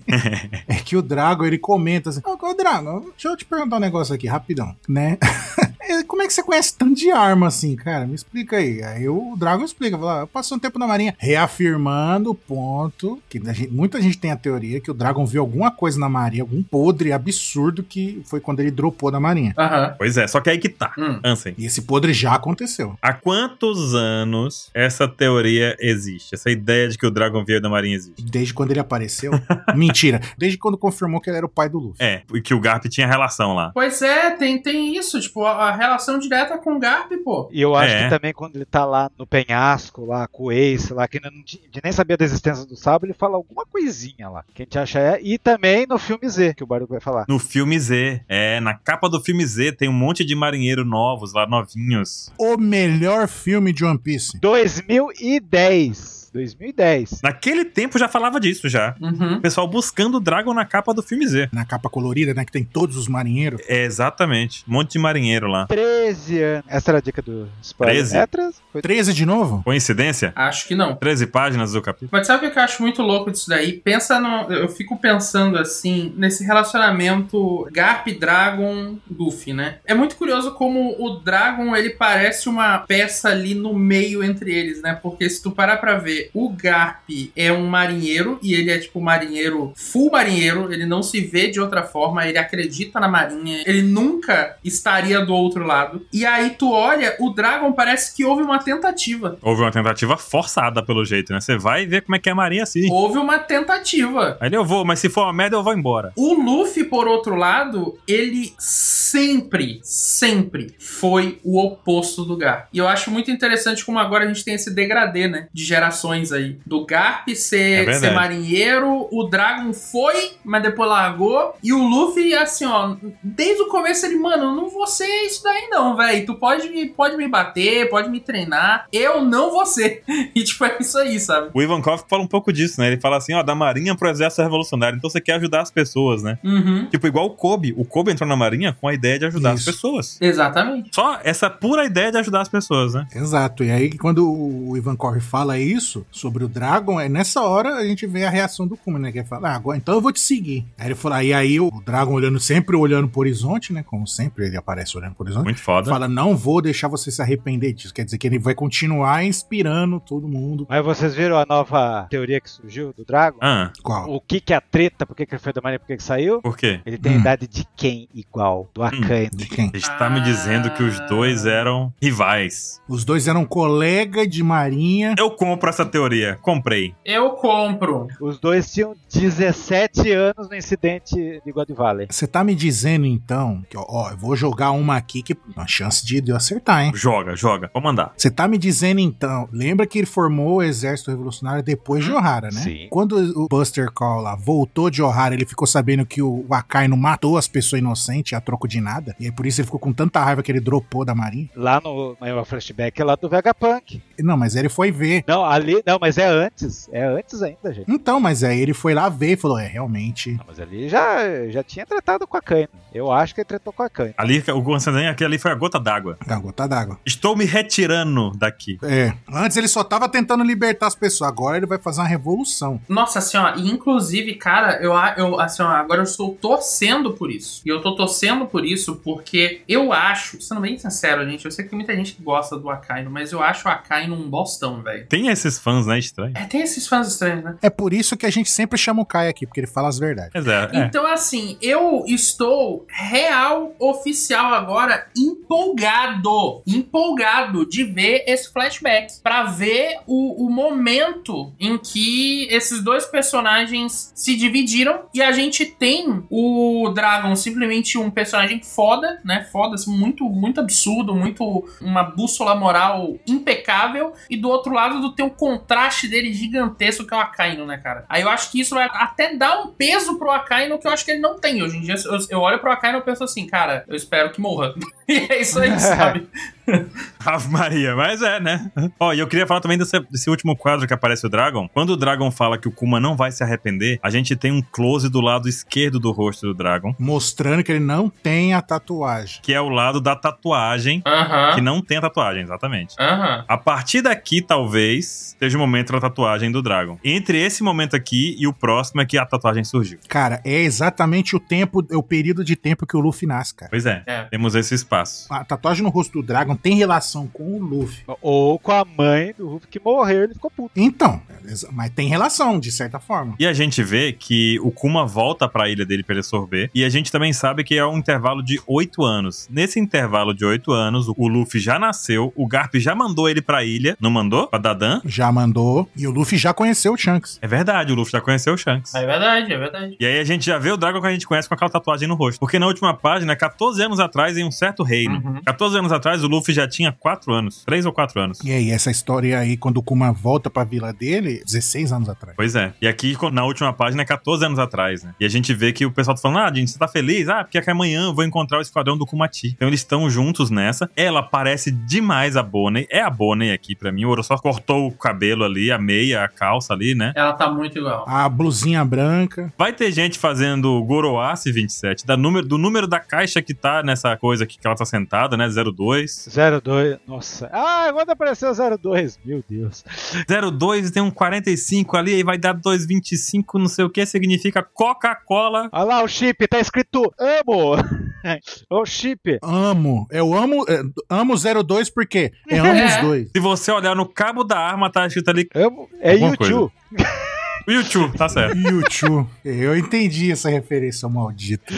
Speaker 3: é que o Drago ele comenta assim: Ô, ô, Drago, deixa eu te perguntar um negócio aqui, rapidão, né? É, Como é que você conhece tanto de arma assim, cara? Me explica aí. Aí o Drago explica, fala, "Ah, eu passei um tempo na marinha, reafirmando o ponto que a gente- muita gente tem a teoria que o Dragon viu alguma coisa na marinha, algum podre absurdo que foi quando ele dropou da marinha.
Speaker 2: Aham.
Speaker 1: Pois é, só que aí que tá.
Speaker 2: Hum.
Speaker 1: Ansem,
Speaker 3: E esse podre já aconteceu.
Speaker 1: há quantos anos essa teoria existe? Essa ideia de que o Dragon veio da Marinha existe?
Speaker 3: Desde quando ele apareceu? Mentira. Desde quando confirmou que ele era o pai do Luffy.
Speaker 1: É, e que o Garp tinha relação lá.
Speaker 2: Pois é, tem, tem isso, tipo, a, a relação direta com o Garp, pô.
Speaker 4: E eu acho
Speaker 1: É.
Speaker 4: que também quando ele tá lá no penhasco, lá com o Ace, lá, que ainda não tinha- nem sabia da existência do sábio, ele fala alguma coisinha lá. Que a gente acha é. E também no filme Z, que o Baruch vai falar.
Speaker 1: No filme Z. É, na capa do filme Z tem um monte de marinheiro novos lá, novinhos.
Speaker 3: O melhor filme de One Piece.
Speaker 4: 2010. 2010.
Speaker 1: Naquele tempo já falava disso já.
Speaker 2: Uhum.
Speaker 1: O pessoal buscando o Dragon na capa do filme Z.
Speaker 3: Na capa colorida, né? Que tem todos os marinheiros.
Speaker 1: É, exatamente. Um monte de marinheiro lá.
Speaker 4: 13 anos. Essa era a dica do spoiler.
Speaker 1: 13?
Speaker 4: É 13. Foi
Speaker 3: 13 de novo?
Speaker 1: Coincidência?
Speaker 2: Acho que não.
Speaker 1: 13 páginas do capítulo.
Speaker 2: Mas sabe o que eu acho muito louco disso daí? Pensa no. Eu fico pensando assim, nesse relacionamento Garp Dragon Luffy, né? É muito curioso como o Dragon ele parece uma peça ali no meio entre eles, né? Porque se tu parar pra ver, o Garp é um marinheiro e ele é tipo marinheiro, full marinheiro, ele não se vê de outra forma, ele acredita na marinha, ele nunca estaria do outro lado. E aí tu olha, o Dragon parece que houve uma tentativa.
Speaker 1: Houve uma tentativa forçada, pelo jeito, né? Você vai ver como é que é a Marinha assim.
Speaker 2: Houve uma tentativa.
Speaker 1: Aí ele, eu vou, mas se for uma merda, eu vou embora.
Speaker 2: O Luffy, por outro lado, ele sempre, sempre foi o oposto do Garp. E eu acho muito interessante como agora a gente tem esse degradê, né? De gerações aí. Do Garp
Speaker 1: É
Speaker 2: ser,
Speaker 1: verdade.
Speaker 2: ser marinheiro, o Dragon foi, mas depois largou. E o Luffy, assim, ó, desde o começo ele, mano, eu não vou ser isso daí não, velho. Tu pode, me- pode me bater, pode me treinar, eu não vou ser. E tipo, é isso aí, sabe?
Speaker 1: O Ivankov fala um pouco disso, né? Ele fala assim, ó, da Marinha pro Exército Revolucionário. Então você quer ajudar as pessoas, né?
Speaker 2: Uhum.
Speaker 1: Tipo, igual o Kobe. O Kobe entrou na Marinha com a ideia de ajudar
Speaker 3: Isso.
Speaker 1: as pessoas.
Speaker 2: Exatamente.
Speaker 1: Só essa pura ideia de ajudar as pessoas, né?
Speaker 3: Exato. E aí, quando o Ivan Corre fala isso sobre o Dragon, é nessa hora a gente vê a reação do Kuma, né? Que ele fala, ah, agora então eu vou te seguir. Aí ele fala, e aí o Dragon olhando sempre olhando pro horizonte, né? Como sempre, ele aparece olhando pro horizonte.
Speaker 1: Muito foda.
Speaker 3: Fala, não vou deixar você se arrepender disso. Quer dizer que ele vai continuar inspirando todo mundo.
Speaker 4: Mas vocês viram a nova teoria que surgiu do Dragon?
Speaker 1: Ah,
Speaker 3: Qual?
Speaker 4: O que que é a treta? Por que que ele foi da marinha? Por que que saiu?
Speaker 1: por quê?
Speaker 4: Ele tem a
Speaker 3: Hum.
Speaker 4: idade de quem igual? Do Akainu.
Speaker 3: De quem?
Speaker 1: Você está tá me dizendo que os dois eram rivais.
Speaker 3: Os dois eram colega de marinha.
Speaker 1: Eu compro essa teoria. Comprei.
Speaker 2: Eu compro.
Speaker 4: Os dois tinham 17 anos no incidente de God Valley.
Speaker 3: Você tá me dizendo então que, ó, ó, eu vou jogar uma aqui que a uma chance de de eu acertar, hein?
Speaker 1: Joga, joga. Vou mandar.
Speaker 3: Você tá me dizendo então, lembra que ele formou o exército revolucionário depois de Ohara, né?
Speaker 4: Sim.
Speaker 3: Quando o Buster Call lá voltou de Ohara, ele ficou sabendo que o Akainu matou as pessoas inocentes a troco de nada. E aí por isso ele ficou com tanta raiva que ele dropou da marinha.
Speaker 4: Lá no maior flashback é lá do Vegapunk.
Speaker 3: Não, mas aí ele foi ver.
Speaker 4: Não, ali. Não, mas é antes. É antes ainda, gente.
Speaker 3: Então, mas aí ele foi lá ver e falou: é, realmente.
Speaker 4: Não, mas ali já, já tinha tratado com a Kaina. Eu acho que ele tratou com a Kaina.
Speaker 1: Ali, o Gonçalves, aquele ali foi a gota d'água.
Speaker 3: Da gota d'água.
Speaker 1: Estou me retirando daqui.
Speaker 3: É. Antes ele só tava tentando libertar as pessoas. Agora ele vai fazer uma revolução.
Speaker 2: Nossa, assim, ó, e inclusive, cara, eu, a- eu assim, ó, agora eu estou torcendo por isso. E eu tô torcendo por isso porque eu acho, sendo bem sincero, gente, eu sei que tem muita gente que gosta do Akainu, mas eu acho o Akainu um bostão, velho.
Speaker 1: Tem esses fãs, né? Estranho.
Speaker 2: É, tem esses fãs estranhos, né?
Speaker 3: É por isso que a gente sempre chama o Kai aqui, porque ele fala as verdades.
Speaker 1: Mas é, é.
Speaker 2: Então, assim, eu estou real, oficial agora, empolgado. Empolgado de ver esse flashback. Pra ver o, o momento em que esses dois personagens se dividiram. E a gente tem o Dragon simplesmente um personagem foda, né? Foda, assim, muito, muito absurdo, muito uma bússola moral impecável. E do outro lado do tem um contraste dele gigantesco que é o Akainu, né, cara? Aí eu acho que isso vai até dar um peso pro Akainu que eu acho que ele não tem. Hoje em dia, eu, eu olho pro Akainu e penso assim, cara, eu espero que morra. e é isso aí, sabe?
Speaker 1: Ave Maria, mas é, né? Ó, e eu queria falar também desse, desse último quadro que aparece o Dragon. Quando o Dragon fala que o Kuma não vai se arrepender, a gente tem um close do lado esquerdo do rosto do Dragon,
Speaker 3: Mostrando que ele não tem a tatuagem.
Speaker 1: que é o lado da tatuagem, que
Speaker 2: Aham.
Speaker 1: não tem a tatuagem, exatamente.
Speaker 2: Aham.
Speaker 1: A partir daqui, talvez, seja o momento da tatuagem do Dragon. Entre esse momento aqui e o próximo é que a tatuagem surgiu.
Speaker 3: Cara, é exatamente o tempo, é o período de tempo que o Luffy nasce, cara.
Speaker 1: Pois é,
Speaker 2: É.
Speaker 1: temos esse espaço.
Speaker 3: A tatuagem no rosto do Dragon tem relação com o Luffy.
Speaker 4: Ou com a mãe do Ruff que morreu, ele ficou puto.
Speaker 3: Então, beleza, mas tem relação, de certa forma.
Speaker 1: E a gente vê que o Kuma volta pra ilha dele pra ele sorver. E a gente também sabe que é um intervalo de oito anos. Nesse intervalo de oito anos, o Luffy já nasceu, o Garp já mandou ele pra ilha. Não mandou? Pra Dadan?
Speaker 3: Já mandou. E o Luffy já conheceu o Shanks.
Speaker 1: É verdade, o Luffy já conheceu o Shanks.
Speaker 2: É verdade, é verdade.
Speaker 1: E aí a gente já vê o Dragon que a gente conhece com aquela tatuagem no rosto. Porque na última página, 14 anos atrás, em um certo reino.
Speaker 2: Uhum.
Speaker 1: 14 anos atrás, o Luffy já tinha 4 anos. 3 ou 4 anos.
Speaker 3: E aí, essa história aí, quando o Kuma volta pra vila dele, 16 anos atrás.
Speaker 1: Pois é. E aqui, na última página, é 14 anos atrás, né? E a gente vê que o pessoal tá falando, ah, gente, você tá feliz? Ah, porque é que amanhã eu vou encontrar o esquadrão do Kumati. Então eles estão juntos nessa. Ela parece demais a Bonnie. É a Bonnie aqui pra mim. O Oro só cortou o cabelo ali, a meia, a calça ali, né?
Speaker 2: Ela tá muito igual.
Speaker 3: A blusinha branca.
Speaker 1: Vai ter gente fazendo Goroace 27, da número, do número da caixa que tá nessa coisa aqui que ela tá sentada, né? 02.
Speaker 4: 02, nossa. Ah, quando apareceu 02, meu Deus.
Speaker 1: 02 tem um 45 ali, aí vai dar 225, não sei o que, significa Coca-Cola.
Speaker 4: Olha lá o chip, tá escrito amo. Ô chip.
Speaker 3: Amo. Eu amo. é, amo 02 porque é amo os
Speaker 2: É.
Speaker 3: dois.
Speaker 1: Se você olhar no cabo da arma, tá escrito ali
Speaker 4: Amo. É
Speaker 1: Alguma
Speaker 4: YouTube.
Speaker 1: YouTube, tá certo.
Speaker 3: Mewtwo. Eu entendi essa referência maldita.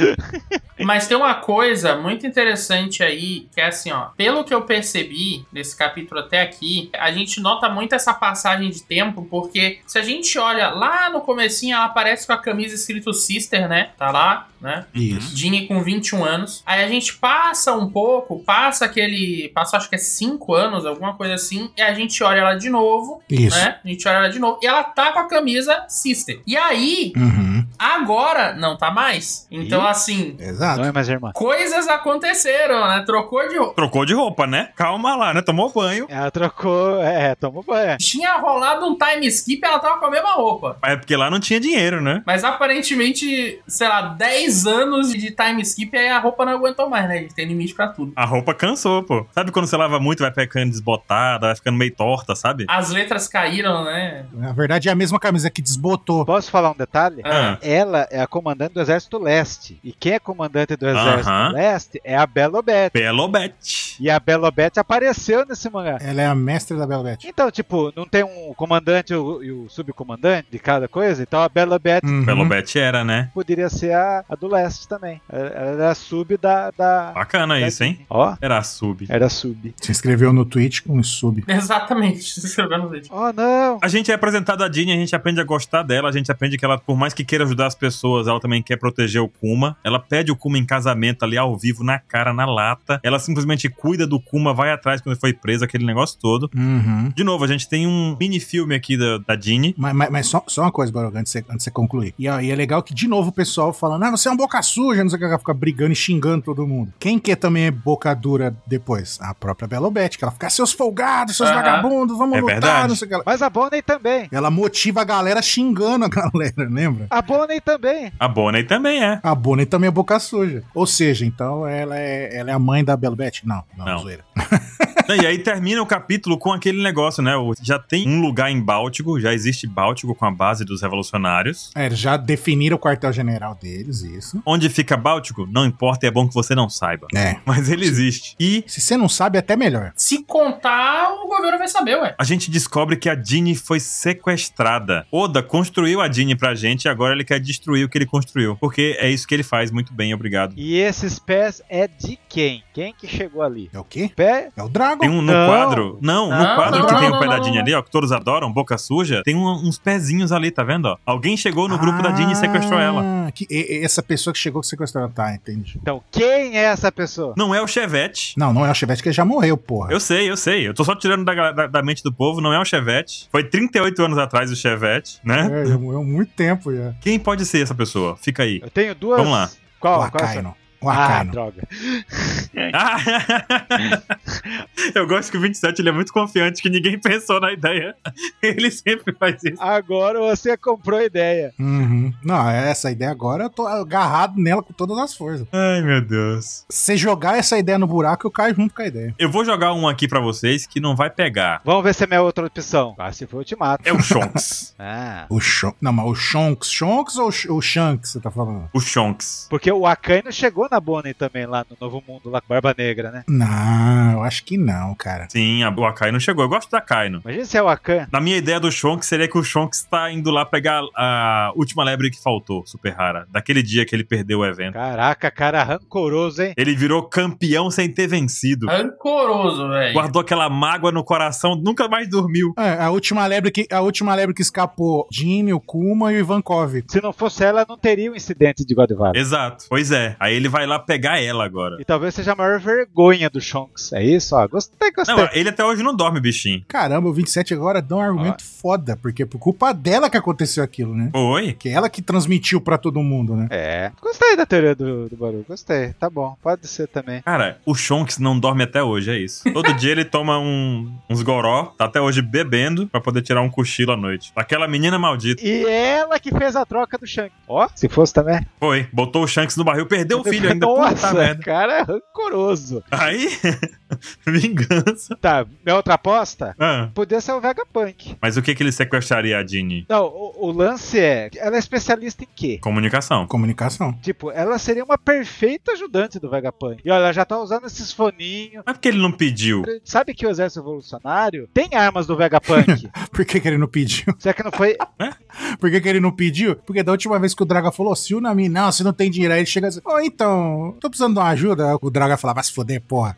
Speaker 2: Mas tem uma coisa muito interessante aí, que é assim, ó. Pelo que eu percebi nesse capítulo até aqui, a gente nota muito essa passagem de tempo, porque se a gente olha lá no comecinho, ela aparece com a camisa escrito Sister, né? Tá lá, né?
Speaker 3: Isso.
Speaker 2: Ginny com 21 anos. Aí a gente passa um pouco, passa aquele. Passa acho que é 5 anos, alguma coisa assim. E a gente olha ela de novo,
Speaker 3: Isso.
Speaker 2: né? A gente olha ela de novo. E ela tá com a camisa Sister. E aí,
Speaker 3: Uhum.
Speaker 2: agora não tá mais. Então,
Speaker 4: Ih.
Speaker 2: assim.
Speaker 4: Não
Speaker 3: Exato.
Speaker 4: é mais irmã.
Speaker 2: Coisas aconteceram, né? Trocou de roupa.
Speaker 1: Trocou de roupa, né? Calma lá, né? Tomou banho.
Speaker 4: Ela trocou. É, tomou banho.
Speaker 2: Tinha rolado um time skip ela tava com a mesma roupa.
Speaker 1: É porque lá não tinha dinheiro, né?
Speaker 2: Mas aparentemente, sei lá, 10 anos de time skip, aí a roupa não aguentou mais, né? A gente tem limite pra tudo.
Speaker 1: A roupa cansou, pô. Sabe quando você lava muito, vai ficando desbotada, vai ficando meio torta, sabe?
Speaker 2: As letras caíram, né?
Speaker 3: Na verdade, é a mesma camisa que desbotou.
Speaker 4: Posso falar um detalhe?
Speaker 1: Ah.
Speaker 4: Ela é a comandante do Exército Leste. E quem é comandante do Exército
Speaker 1: Aham.
Speaker 4: Leste é a Belobete.
Speaker 1: Belobete.
Speaker 4: E a Belobete apareceu nesse mangá.
Speaker 3: Ela é a mestre da Belvete.
Speaker 4: Então, tipo, não tem um comandante e o- e o subcomandante de cada coisa? Então a Belobete
Speaker 1: Hum.
Speaker 3: Uhum.
Speaker 1: Belobete era, né?
Speaker 4: poderia ser a, a do Leste também. Ela ela era a sub da. da
Speaker 1: Bacana
Speaker 4: da-
Speaker 1: Ah, isso, hein?
Speaker 4: Ó,
Speaker 1: Era sub.
Speaker 4: era a sub.
Speaker 3: Se inscreveu no Twitch com um sub.
Speaker 2: Exatamente. Se inscreveu no vídeo.
Speaker 4: Oh, não!
Speaker 1: é A gente é apresentado a Dini, a gente aprende a gostar dela, a gente aprende que ela, por mais que queira ajudar ajudar as pessoas, ela também quer proteger o Kuma. Ela pede o Kuma em casamento ali ao vivo, na cara, na lata. Ela simplesmente cuida do Kuma, vai atrás quando ele foi preso, aquele negócio todo.
Speaker 3: Uhum.
Speaker 1: De novo, a gente tem um mini filme aqui da, da Dini.
Speaker 3: Mas, mas- mas só, só uma coisa, Baroga, antes de você, antes de você concluir. E, ó, e é legal que, de novo, o pessoal falando, ah, você é um boca suja, não sei o que, ela fica brigando e xingando todo mundo. Quem que também é boca dura depois? A própria Belobete, que ela fica, seus folgados, seus
Speaker 2: Aham.
Speaker 3: vagabundos, vamos
Speaker 1: É
Speaker 3: lutar,
Speaker 1: verdade.
Speaker 3: não sei o que. Ela,
Speaker 4: Mas a Bonnie também.
Speaker 3: ela motiva a galera xingando a galera, lembra?
Speaker 4: A Bonnie também.
Speaker 1: A Bonnie também é.
Speaker 3: A Bonnie também é boca suja. Ou seja, então ela é, ela é a mãe da Belobete? Não, não,
Speaker 1: Não.
Speaker 3: zoeira.
Speaker 1: Não, E aí termina o capítulo com aquele negócio, né? O- Já tem um lugar em Báltico, já existe Báltico com a base dos revolucionários.
Speaker 3: É, eles já definiram o quartel-general deles, isso.
Speaker 1: Onde fica Báltico, não importa, é bom que você não saiba.
Speaker 3: É.
Speaker 1: Mas ele existe. E
Speaker 3: Se você não sabe, é até melhor.
Speaker 2: Se contar, o governo vai saber, ué.
Speaker 1: a gente descobre que a Dini foi sequestrada. Oda construiu a Dini pra gente e agora ele quer destruir o que ele construiu. Porque é isso que ele faz, muito bem, obrigado.
Speaker 4: E esses pés é de quem? Quem que chegou ali?
Speaker 3: É o quê?
Speaker 4: Pé?
Speaker 3: É o Dragon.
Speaker 1: Tem um no
Speaker 4: Não.
Speaker 1: quadro. Não, no
Speaker 2: Não,
Speaker 1: quadro
Speaker 2: não,
Speaker 1: que
Speaker 2: não,
Speaker 1: tem o
Speaker 2: não,
Speaker 1: pé da
Speaker 2: não,
Speaker 1: Dini
Speaker 2: não.
Speaker 1: ali, ó, que todos adoram, boca suja. Tem um- uns pezinhos ali, tá vendo? ó? Alguém chegou no grupo da Dini e sequestrou ela.
Speaker 3: Ah, Que, e- e- essa pessoa que chegou que sequestrou ela. Tá, entendi.
Speaker 4: Então, quem é essa pessoa?
Speaker 1: Não é o Chevette.
Speaker 3: Não, não é o Chevette que ele já morreu, porra.
Speaker 1: Eu sei, eu sei. Eu tô só tirando da, gal- da- da mente do povo, não é o Chevette. Foi 38 anos atrás o Chevette, né?
Speaker 3: É, já morreu há muito tempo já.
Speaker 1: Quem pode ser essa pessoa? Fica aí.
Speaker 4: Eu tenho duas.
Speaker 1: Vamos lá.
Speaker 4: Qual?
Speaker 3: o
Speaker 4: Qual é a sua?
Speaker 3: Arcaino. O
Speaker 4: Ah,
Speaker 3: Arcaino.
Speaker 4: droga.
Speaker 1: Ah! eu gosto que o 27 ele é muito confiante, que ninguém pensou na ideia. Ele sempre faz isso.
Speaker 4: Agora você comprou a ideia.
Speaker 3: Uhum. Não, essa ideia agora eu tô agarrado nela com todas as forças.
Speaker 1: Ai, meu Deus.
Speaker 3: Se jogar essa ideia no buraco, eu caio junto com a ideia.
Speaker 1: Eu vou jogar um aqui pra vocês que não vai pegar.
Speaker 4: Vamos ver se é minha outra opção. Ah, se for, eu te mato.
Speaker 1: É o Shonks.
Speaker 4: Ah.
Speaker 3: O Shon... Não, mas o Shonks. Shonks ou Sh- o Shanks, você tá falando?
Speaker 1: o Shonks.
Speaker 4: Porque o Akaino chegou na Bonnie também, lá no Novo Mundo, lá com Barba Negra, né?
Speaker 3: Não, eu acho que não, cara.
Speaker 1: Sim, a, o Akaino chegou. Eu gosto da Akaino.
Speaker 4: Imagina se é o Akan.
Speaker 1: Na minha ideia do Shonks seria que o Shonks tá indo lá pegar a última lebre que faltou, super rara, daquele dia que ele perdeu o evento.
Speaker 4: Caraca, cara rancoroso, hein?
Speaker 1: Ele virou campeão sem ter vencido.
Speaker 2: Rancoroso, velho.
Speaker 1: Guardou aquela mágoa no coração, nunca mais dormiu.
Speaker 3: É, a última lebre que, a última lebre que escapou, Jimmy, o Kuma e o Ivankov.
Speaker 4: Se não fosse ela, não teria o incidente de Godfather.
Speaker 1: Exato. Pois é. Aí ele vai lá pegar ela agora.
Speaker 4: E talvez seja a maior vergonha do Shonks. É isso? Ó, gostei, gostei.
Speaker 1: Não, é- ele até hoje não dorme, bichinho.
Speaker 3: Caramba, o 27 agora dá um argumento foda, porque é por culpa dela que aconteceu aquilo, né?
Speaker 1: Oi?
Speaker 3: Que ela que transmitiu pra todo mundo, né?
Speaker 4: É. Gostei da teoria do, do barulho. Gostei. Tá bom. Pode ser também.
Speaker 1: Cara, o Shonks não dorme até hoje, é isso. Todo dia ele toma um- uns goró, tá até hoje bebendo pra poder tirar um cochilo à noite. Aquela menina maldita.
Speaker 4: E ela que fez a troca do Shanks. Ó, se fosse também.
Speaker 1: Foi, botou o Shanks no barril, perdeu o um filho ainda. Puta
Speaker 4: Nossa,
Speaker 1: merda.
Speaker 4: cara é rancoroso.
Speaker 1: Aí, vingança.
Speaker 4: Tá, minha outra aposta?
Speaker 1: Ah,
Speaker 4: Podia ser o Vegapunk.
Speaker 1: mas o que que ele sequestraria a Dini?
Speaker 4: Não, o, o lance é. Ela é especialista em quê?
Speaker 1: Comunicação.
Speaker 3: Comunicação.
Speaker 4: Tipo, ela seria uma perfeita ajudante do Vegapunk. E olha, ela já tá usando esses foninhos.
Speaker 1: Mas por que ele não pediu?
Speaker 4: Sabe que o exército revolucionário tem armas do Vegapunk.
Speaker 3: Por que, que ele não pediu?
Speaker 4: Será que não foi.
Speaker 3: Por que, que ele não pediu? Porque da última vez que o Draga falou, se o Nami, não, você não tem dinheiro, aí ele chega assim, ô, então, tô precisando de uma ajuda. O Draga fala, vai se foder, porra.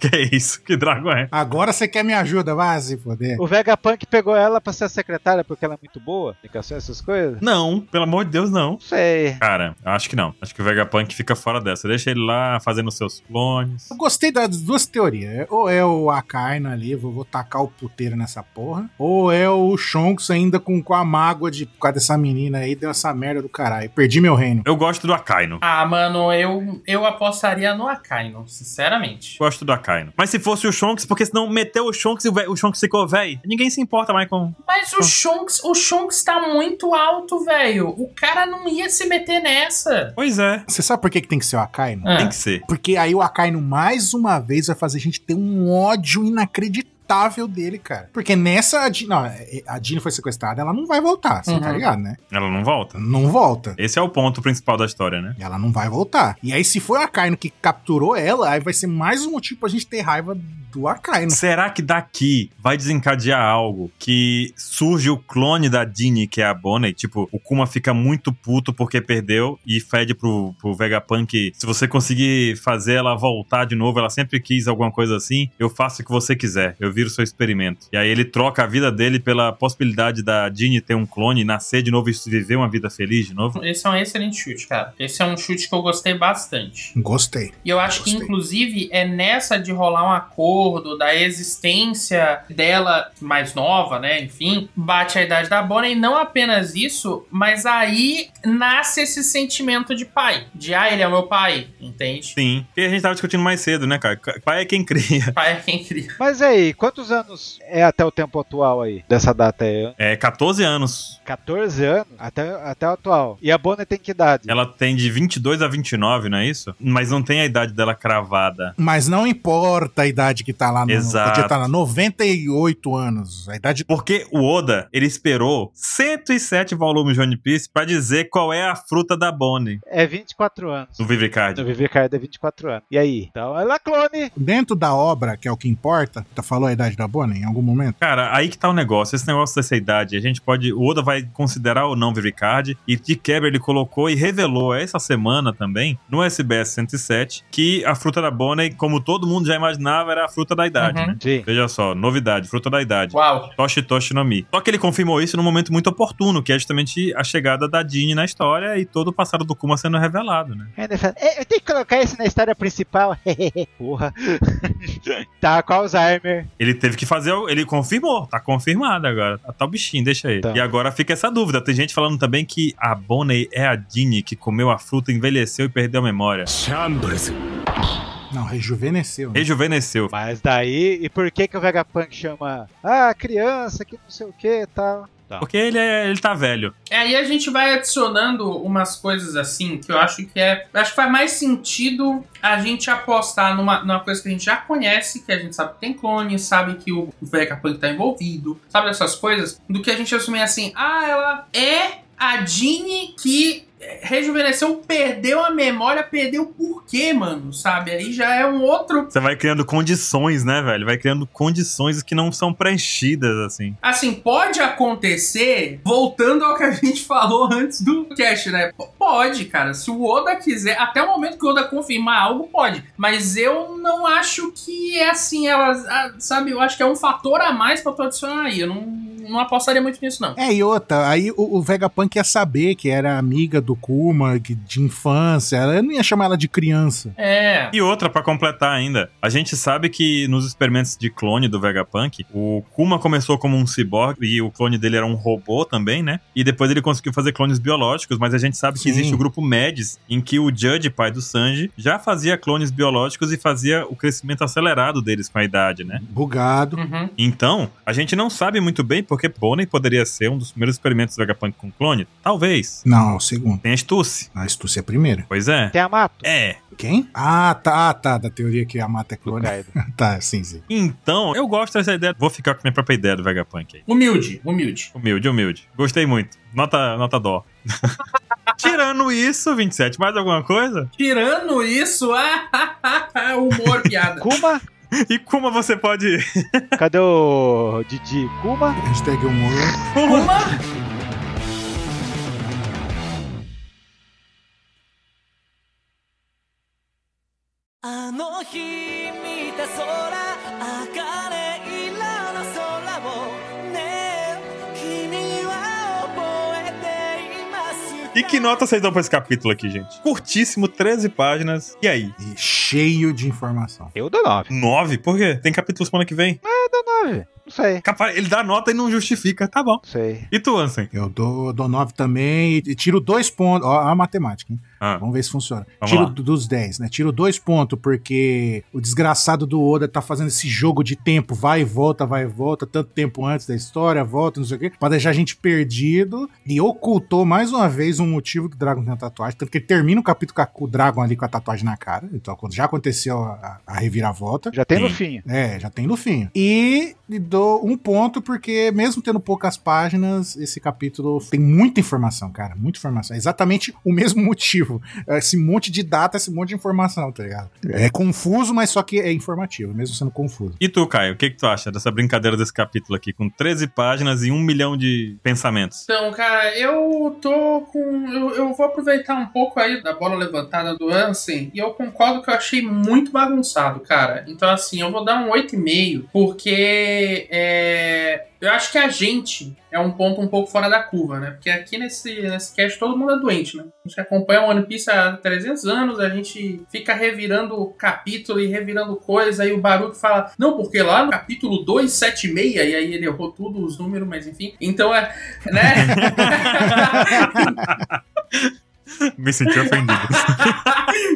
Speaker 1: que isso? Que dragão é?
Speaker 3: Agora você quer minha ajuda, vai se foder.
Speaker 4: O Vegapunk pegou ela pra ser a secretária porque ela é muito boa? Comunicação, essas coisas?
Speaker 1: Não, pelo amor de Deus, não.
Speaker 4: Não sei.
Speaker 1: Cara, eu acho que não. Acho que o Vegapunk fica fora dessa. Deixa ele lá fazendo seus clones.
Speaker 3: Eu gostei das duas teorias. Ou é o Akaino ali, vou, vou tacar o puteiro nessa porra. Ou é o Shonks ainda com, com a mágoa de por causa dessa menina aí, deu essa merda do caralho. Perdi meu reino.
Speaker 1: Eu gosto do Akaino.
Speaker 2: Ah, mano, eu, eu apostaria no Akaino, sinceramente.
Speaker 1: Gosto do Akaino. Mas se fosse o Shonks, porque senão meteu o Shonks e o, vé- o Shonks ficou véi. Ninguém se importa mais com.
Speaker 2: Mas o Shonks, o Shonks tá muito alto, velho. O cara não ia se meter nessa.
Speaker 1: Pois é.
Speaker 3: Você sabe por que, que tem que ser o Akaino?
Speaker 2: Ah,
Speaker 1: Tem que ser.
Speaker 3: Porque aí o Akainu, mais uma vez, vai fazer a gente ter um ódio inacreditável dele, cara. Porque nessa. A Dina, é, a Dina foi sequestrada, ela não vai voltar, você tá
Speaker 2: Uhum.
Speaker 3: ligado, né?
Speaker 1: Ela não volta.
Speaker 3: Não volta.
Speaker 1: Esse é o ponto principal da história, né?
Speaker 3: Ela não vai voltar. E aí, se for o Akainu que capturou ela, aí vai ser mais um motivo pra gente ter raiva do Akainu.
Speaker 1: Será que daqui vai desencadear algo que surge o clone da Dini, que é a Bonnie? Tipo, o Kuma fica muito puto porque perdeu e fede pro, pro Vegapunk. Se você conseguir fazer ela voltar de novo, ela sempre quis alguma coisa assim, eu faço o que você quiser, eu viro seu experimento. E aí ele troca a vida dele pela possibilidade da Dini ter um clone, nascer de novo e viver uma vida feliz de novo.
Speaker 2: Esse é um excelente chute, cara. Esse é um chute que eu gostei bastante.
Speaker 3: Gostei.
Speaker 2: E eu acho que,
Speaker 3: Gostei.
Speaker 2: inclusive, é nessa de rolar um acordo da existência dela mais nova, né? Enfim, bate a idade da Bonnie. E não apenas isso, mas aí nasce esse sentimento de pai. De, ah, ele é meu pai, entende?
Speaker 1: Sim. E a gente tava discutindo mais cedo, né, cara? Pai é quem cria.
Speaker 2: Pai é quem cria.
Speaker 4: Mas aí, quantos anos é até o tempo atual aí? Dessa data aí?
Speaker 1: É 14 anos.
Speaker 4: 14 anos? Até, até o atual. E a Bonnie tem que idade?
Speaker 1: Ela tem de 22 a 29, não é isso? Mas não tem a idade dela cravada.
Speaker 3: Mas não importa a idade que tá lá no.
Speaker 1: Exato.
Speaker 3: Podia estar lá 98 anos. A idade.
Speaker 1: Porque o Oda, ele esperou 107 volumes de One Piece pra dizer qual é a fruta da Bonnie
Speaker 4: É 24 anos.
Speaker 1: no Vivicard.
Speaker 4: No Viver Card é 24 anos. E aí? Então ela é clone.
Speaker 3: Dentro da obra, que é o que importa, tu falou a idade da Bonnie em algum momento?
Speaker 1: Cara, aí que tá o negócio. Esse negócio dessa idade, a gente pode. O Oda vai considerar ou não Vivicard. E de quebra ele colocou e revelou essa semana também, no SBS 107, que a fruta da Bonnie, como todo mundo já imaginava, era a fruta da idade,
Speaker 2: Uhum.
Speaker 1: né?
Speaker 4: Sim.
Speaker 1: Veja só, novidade, fruta da idade.
Speaker 2: Uau.
Speaker 1: Toshi Toshi no Mi. Só que ele confirmou isso num momento muito oportuno, que é justamente a chegada da Dini na história e todo o passado do Kuma sendo revelado, né?
Speaker 4: Aí ele fala, "É, eu tenho que colocar isso na história principal. Porra. tá, com Alzheimer.
Speaker 1: Ele teve que fazer, o- ele confirmou, tá confirmado agora. Tá o bichinho, deixa aí.
Speaker 4: Tá.
Speaker 1: E agora fica essa dúvida. Tem gente falando também que a Bonnie é a Dini que comeu a fruta, envelheceu e perdeu a memória.
Speaker 3: Não, rejuvenesceu. né?
Speaker 1: Rejuvenesceu.
Speaker 4: Mas daí, e por que que o Vegapunk chama ah, criança, que não sei o tá?" que e tal?
Speaker 1: Porque ele, é, ele tá velho.
Speaker 2: É, aí a gente vai adicionando umas coisas assim que eu acho que é. Acho que faz mais sentido a gente apostar numa, numa coisa que a gente já conhece, que a gente sabe que tem clone, sabe que o Vegapunk tá envolvido, sabe essas coisas, do que a gente assumir assim, ah, ela é a Jeannie que rejuvenesceu, perdeu a memória, perdeu o porquê, mano, sabe? Aí já é um outro
Speaker 1: Você vai criando condições, né, velho? Vai criando condições que não são preenchidas, assim.
Speaker 2: Assim, pode acontecer, voltando ao que a gente falou antes do cast, né? P- Pode, cara. Se o Oda quiser, até o momento que o Oda confirmar algo, pode. Mas eu não acho que é assim, ela, ah, sabe? Eu acho que é um fator a mais pra tu adicionar aí. Eu não, não apostaria muito nisso, não.
Speaker 3: É, e outra, aí o, o Vegapunk ia saber que era amiga do Kuma, que, de infância. Ela não ia chamar ela de criança.
Speaker 2: É.
Speaker 1: E outra pra completar ainda, a gente sabe que nos experimentos de clone do Vegapunk, o Kuma começou como um ciborgue e o clone dele era um robô também, né? E depois ele conseguiu fazer clones biológicos, mas a gente sabe que
Speaker 3: Sim.
Speaker 1: existe o grupo Medis, em que o Judge, pai do Sanji, já fazia clones biológicos e fazia o crescimento acelerado deles com a idade, né?
Speaker 3: Bugado.
Speaker 2: Uhum.
Speaker 1: Então, a gente não sabe muito bem porque Bonnie poderia ser um dos primeiros experimentos do Vegapunk com clone? Talvez.
Speaker 3: Não, é o segundo.
Speaker 1: Tem astúcia.
Speaker 3: A astúcia é a primeira.
Speaker 1: Pois é.
Speaker 4: Tem a Mato?
Speaker 1: É,
Speaker 3: Quem? Ah, tá, ah, tá. Da teoria que a mata é
Speaker 4: Do
Speaker 3: clone.
Speaker 4: Kaido.
Speaker 3: tá, sim, sim.
Speaker 1: Então, eu gosto dessa ideia. Vou ficar com a minha própria ideia do Vegapunk aí.
Speaker 2: Humilde, humilde.
Speaker 1: Humilde, humilde. Gostei muito. Nota, nota dó. Tirando isso, 27, mais alguma coisa?
Speaker 2: Tirando isso, ah, humor, piada.
Speaker 4: Kuma?
Speaker 1: E como você pode.
Speaker 4: Cadê o Didi? Kuma?
Speaker 3: Hashtag humor.
Speaker 2: Uma
Speaker 1: E que nota vocês dão pra esse capítulo aqui, gente? Curtíssimo, 13 páginas. E aí?
Speaker 3: E cheio de informação.
Speaker 4: Eu dou 9.
Speaker 1: 9? Por quê? Tem capítulo semana que vem?
Speaker 4: Eu dou 9. Não sei.
Speaker 1: Capaz, ele dá nota e não justifica. Tá bom.
Speaker 4: Não sei.
Speaker 1: E tu, Ansem?
Speaker 3: Eu dou, dou 9 também e, e tiro dois pontos. Ó, a matemática, hein?
Speaker 1: Ah,
Speaker 3: Vamos ver se funciona.
Speaker 1: Vamos
Speaker 3: tiro
Speaker 1: lá.
Speaker 3: do- dos 10, né? Tiro dois pontos, porque o desgraçado do Oda tá fazendo esse jogo de tempo, vai e volta, vai e volta, tanto tempo antes da história, volta, não sei o quê, pra deixar a gente perdido. E ocultou mais uma vez um motivo que o Dragon tem a tatuagem, tanto que ele termina o capítulo com, a- com o Dragon ali com a tatuagem na cara. Então quando já aconteceu a, a reviravolta.
Speaker 4: Já tem
Speaker 1: Sim.
Speaker 4: no fim.
Speaker 3: É, já tem Lufinho. E lhe dou um ponto, porque mesmo tendo poucas páginas, esse capítulo tem muita informação, cara. Muita informação. É exatamente o mesmo motivo informativo. Esse monte de data, esse monte de informação, tá ligado? É confuso, mas só que é informativo, mesmo sendo confuso.
Speaker 1: E tu, Caio, o que, que tu acha dessa brincadeira desse capítulo aqui, com 13 páginas e um milhão de pensamentos?
Speaker 2: Então, cara, eu tô com. Eu, eu vou aproveitar um pouco aí da bola levantada do Ansem. E eu concordo que eu achei muito bagunçado, cara. Então, assim, eu vou dar um 8,5, porque. É, eu acho que a gente é um ponto um pouco fora da curva, né? Porque aqui nesse, nesse cast todo mundo é doente, né? A gente acompanha o One Piece há 300 anos, a gente fica revirando capítulo e revirando coisa, aí o Baruto fala, não, porque lá no capítulo 276, e aí ele errou tudo, os números, mas enfim. Então é, né?
Speaker 1: Me senti ofendido.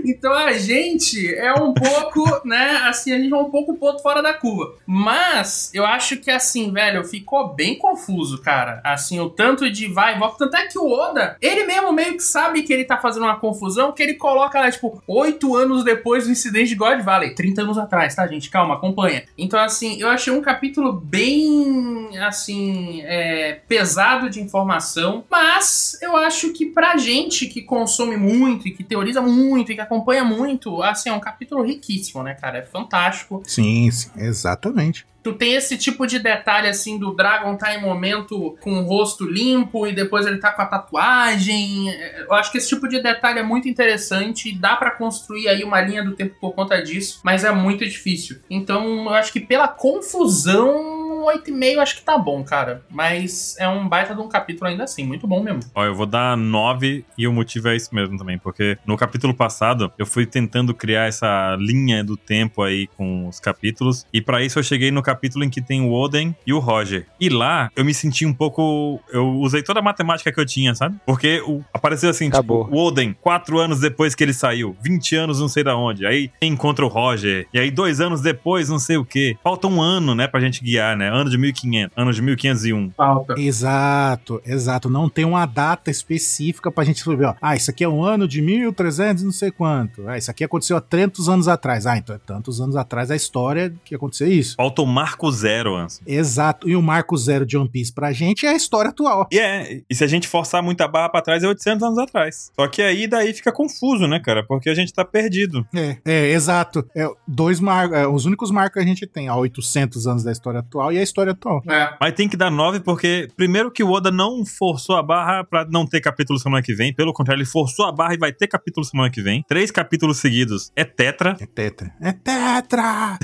Speaker 2: então a gente é um pouco, né? Assim, a gente é um pouco ponto fora da curva. Mas eu acho que assim, velho, ficou bem confuso, cara. Assim, o tanto de vai e volta. Tanto é que o Oda, ele mesmo meio que sabe que ele tá fazendo uma confusão, que ele coloca lá, tipo, oito anos depois do incidente de God Valley. 30 anos atrás, tá, gente? Calma, acompanha. Então, assim, eu achei um capítulo bem, assim, é, pesado de informação. Mas eu acho que pra gente que consome muito e que teoriza muito e que acompanha muito, assim, é um capítulo riquíssimo, né, cara? É fantástico.
Speaker 3: Sim, sim, exatamente.
Speaker 2: Tu tem esse tipo de detalhe, assim, do Dragon tá em momento com o rosto limpo e depois ele tá com a tatuagem. Eu acho que esse tipo de detalhe é muito interessante e dá para construir aí uma linha do tempo por conta disso, mas é muito difícil. Então, eu acho que pela confusão, um 8,5 acho que tá bom, cara. Mas é um baita de um capítulo ainda assim, muito bom mesmo.
Speaker 1: Ó, eu vou dar 9 e o motivo é isso mesmo também, porque no capítulo passado eu fui tentando criar essa linha do tempo aí com os capítulos, e para isso eu cheguei no capítulo em que tem o Oden e o Roger. E lá eu me senti um pouco. Eu usei toda a matemática que eu tinha, sabe? Porque o... apareceu assim,
Speaker 4: Acabou.
Speaker 1: tipo, o Oden, 4 anos depois que ele saiu, 20 anos não sei da onde, aí encontra o Roger, e aí dois anos depois não sei o que. Falta um ano, né, pra gente guiar, né? ano de 1500, ano de 1501.
Speaker 2: Falta.
Speaker 3: Exato, exato. Não tem uma data específica pra gente saber, ó. Ah, isso aqui é um ano de 1300 e não sei quanto. Ah, isso aqui aconteceu há tantos anos atrás. Ah, então é tantos anos atrás a história que aconteceu isso.
Speaker 1: Falta o marco zero, Anson.
Speaker 3: Exato. E o marco zero de One Piece pra gente é a história atual.
Speaker 1: E é, e se a gente forçar muito a barra pra trás, é 800 anos atrás. Só que aí daí fica confuso, né, cara? Porque a gente tá perdido.
Speaker 3: É, é exato. É, dois mar... é, os únicos marcos que a gente tem, há 800 anos da história atual e a história atual.
Speaker 2: É.
Speaker 1: Mas tem que dar 9, porque primeiro que o Oda não forçou a barra pra não ter capítulo semana que vem. Pelo contrário, ele forçou a barra e vai ter capítulo semana que vem. Três capítulos seguidos é tetra.
Speaker 3: É tetra. É tetra!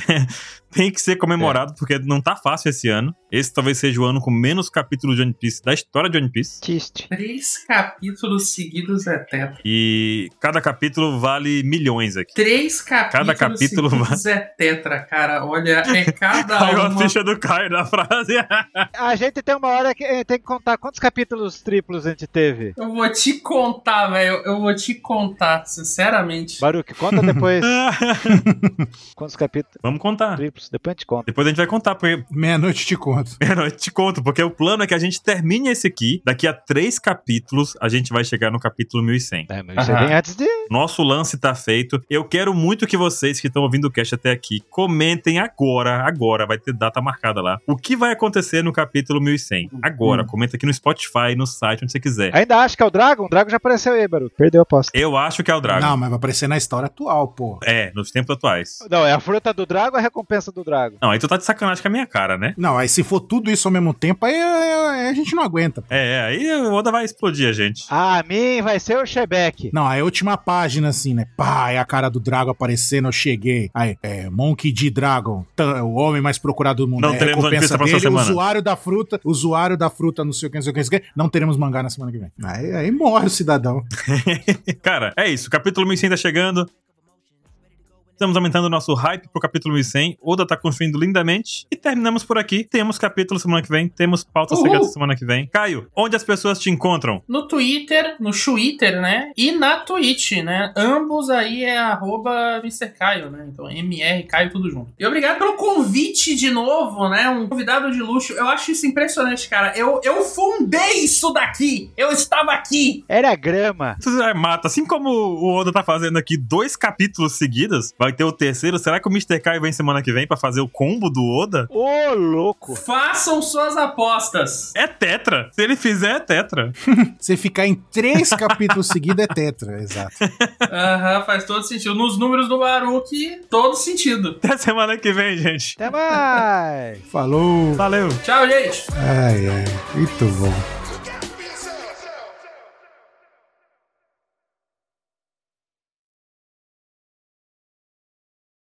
Speaker 1: Tem que ser comemorado, porque não tá fácil esse ano. Esse talvez seja o ano com menos capítulos de One Piece da história de One Piece.
Speaker 4: Triste.
Speaker 2: Três capítulos seguidos é tetra.
Speaker 1: E cada capítulo vale milhões aqui.
Speaker 2: Três capítulos
Speaker 1: Cada capítulo
Speaker 2: seguidos é tetra, cara. Olha, é cada
Speaker 1: Caiu a
Speaker 2: uma...
Speaker 1: ficha do Caio na frase. é.
Speaker 4: A gente tem uma hora que eh, tem que contar quantos capítulos triplos a gente teve.
Speaker 2: Eu vou te contar, velho. Eu vou te contar, sinceramente.
Speaker 4: Baruque, conta depois quantos capítulos
Speaker 1: Vamos contar.
Speaker 4: triplos. Depois a gente conta.
Speaker 1: Depois a gente vai contar, porque
Speaker 3: Meia-noite te conto.
Speaker 1: É, não, eu te conto, porque o plano é que a gente termine esse aqui. Daqui a três capítulos, a gente vai chegar no capítulo 1100.
Speaker 4: É, mas isso é
Speaker 2: Aham.
Speaker 4: bem antes de.
Speaker 1: Nosso lance tá feito. Eu quero muito que vocês que estão ouvindo o cast até aqui comentem agora, agora, vai ter data marcada lá. O que vai acontecer no capítulo 1100? Agora, comenta aqui no Spotify, no site, onde você quiser.
Speaker 4: Ainda acho que é o Dragon? O Dragon já apareceu aí, Baruque. Perdeu a aposta.
Speaker 1: Eu acho que é o Drago.
Speaker 3: Não, mas vai aparecer na história atual, pô.
Speaker 1: É, nos tempos atuais.
Speaker 4: Não, é a fruta do Drago ou a recompensa do Drago?
Speaker 1: Não, aí tu tá de sacanagem com a minha cara, né?
Speaker 3: Não, aí se for tudo isso ao mesmo tempo, aí, aí- aí a gente não aguenta.
Speaker 1: É, é, aí o Oda vai explodir a gente.
Speaker 4: A mim vai ser o Shebeck.
Speaker 3: Não, aí é a última página, assim, né? Pá, é a cara do Drago aparecendo, eu cheguei. Aí, é, Monkey D. Dragon, tan- o homem mais procurado do mundo.
Speaker 1: Não
Speaker 3: é,
Speaker 1: teremos
Speaker 3: recompensa
Speaker 1: notícia pra essa
Speaker 3: dele,
Speaker 1: semana.
Speaker 3: usuário da fruta, usuário da fruta, não sei o que, não sei o que, não sei o que. Não teremos mangá na semana que vem. Aí, aí morre o cidadão.
Speaker 1: Cara, é isso. O capítulo 1100 tá chegando. Estamos aumentando o nosso hype pro capítulo 1100. Oda tá construindo lindamente. E terminamos por aqui. Temos capítulo semana que vem. Temos pauta
Speaker 2: Uhul.
Speaker 1: secreta semana que vem. Caio, onde as pessoas te encontram?
Speaker 2: No Twitter, no Twitter, né? E na Twitch, né? Ambos aí é arroba Mr. Caio, né? Então, MR Caio, tudo junto. E obrigado pelo convite de novo, né? Um convidado de luxo. Eu acho isso impressionante, cara. Eu, eu fundei isso daqui. Eu estava aqui.
Speaker 4: Era grama.
Speaker 1: Tudo é mata. Assim como o Oda tá fazendo aqui dois capítulos seguidos, vai Vai ter o terceiro. Será que o Mr. Kai vem semana que vem pra fazer o combo do Oda?
Speaker 4: Ô, louco!
Speaker 2: Façam suas apostas.
Speaker 1: É tetra. Se ele fizer, é tetra.
Speaker 3: Você ficar em três capítulos seguidos é tetra, exato.
Speaker 2: Aham, faz todo sentido. Nos números do Baruque, todo sentido.
Speaker 1: Até semana que vem, gente.
Speaker 4: Até mais!
Speaker 3: Falou.
Speaker 1: Valeu.
Speaker 2: Tchau, gente.
Speaker 3: Ai, ai. Muito bom.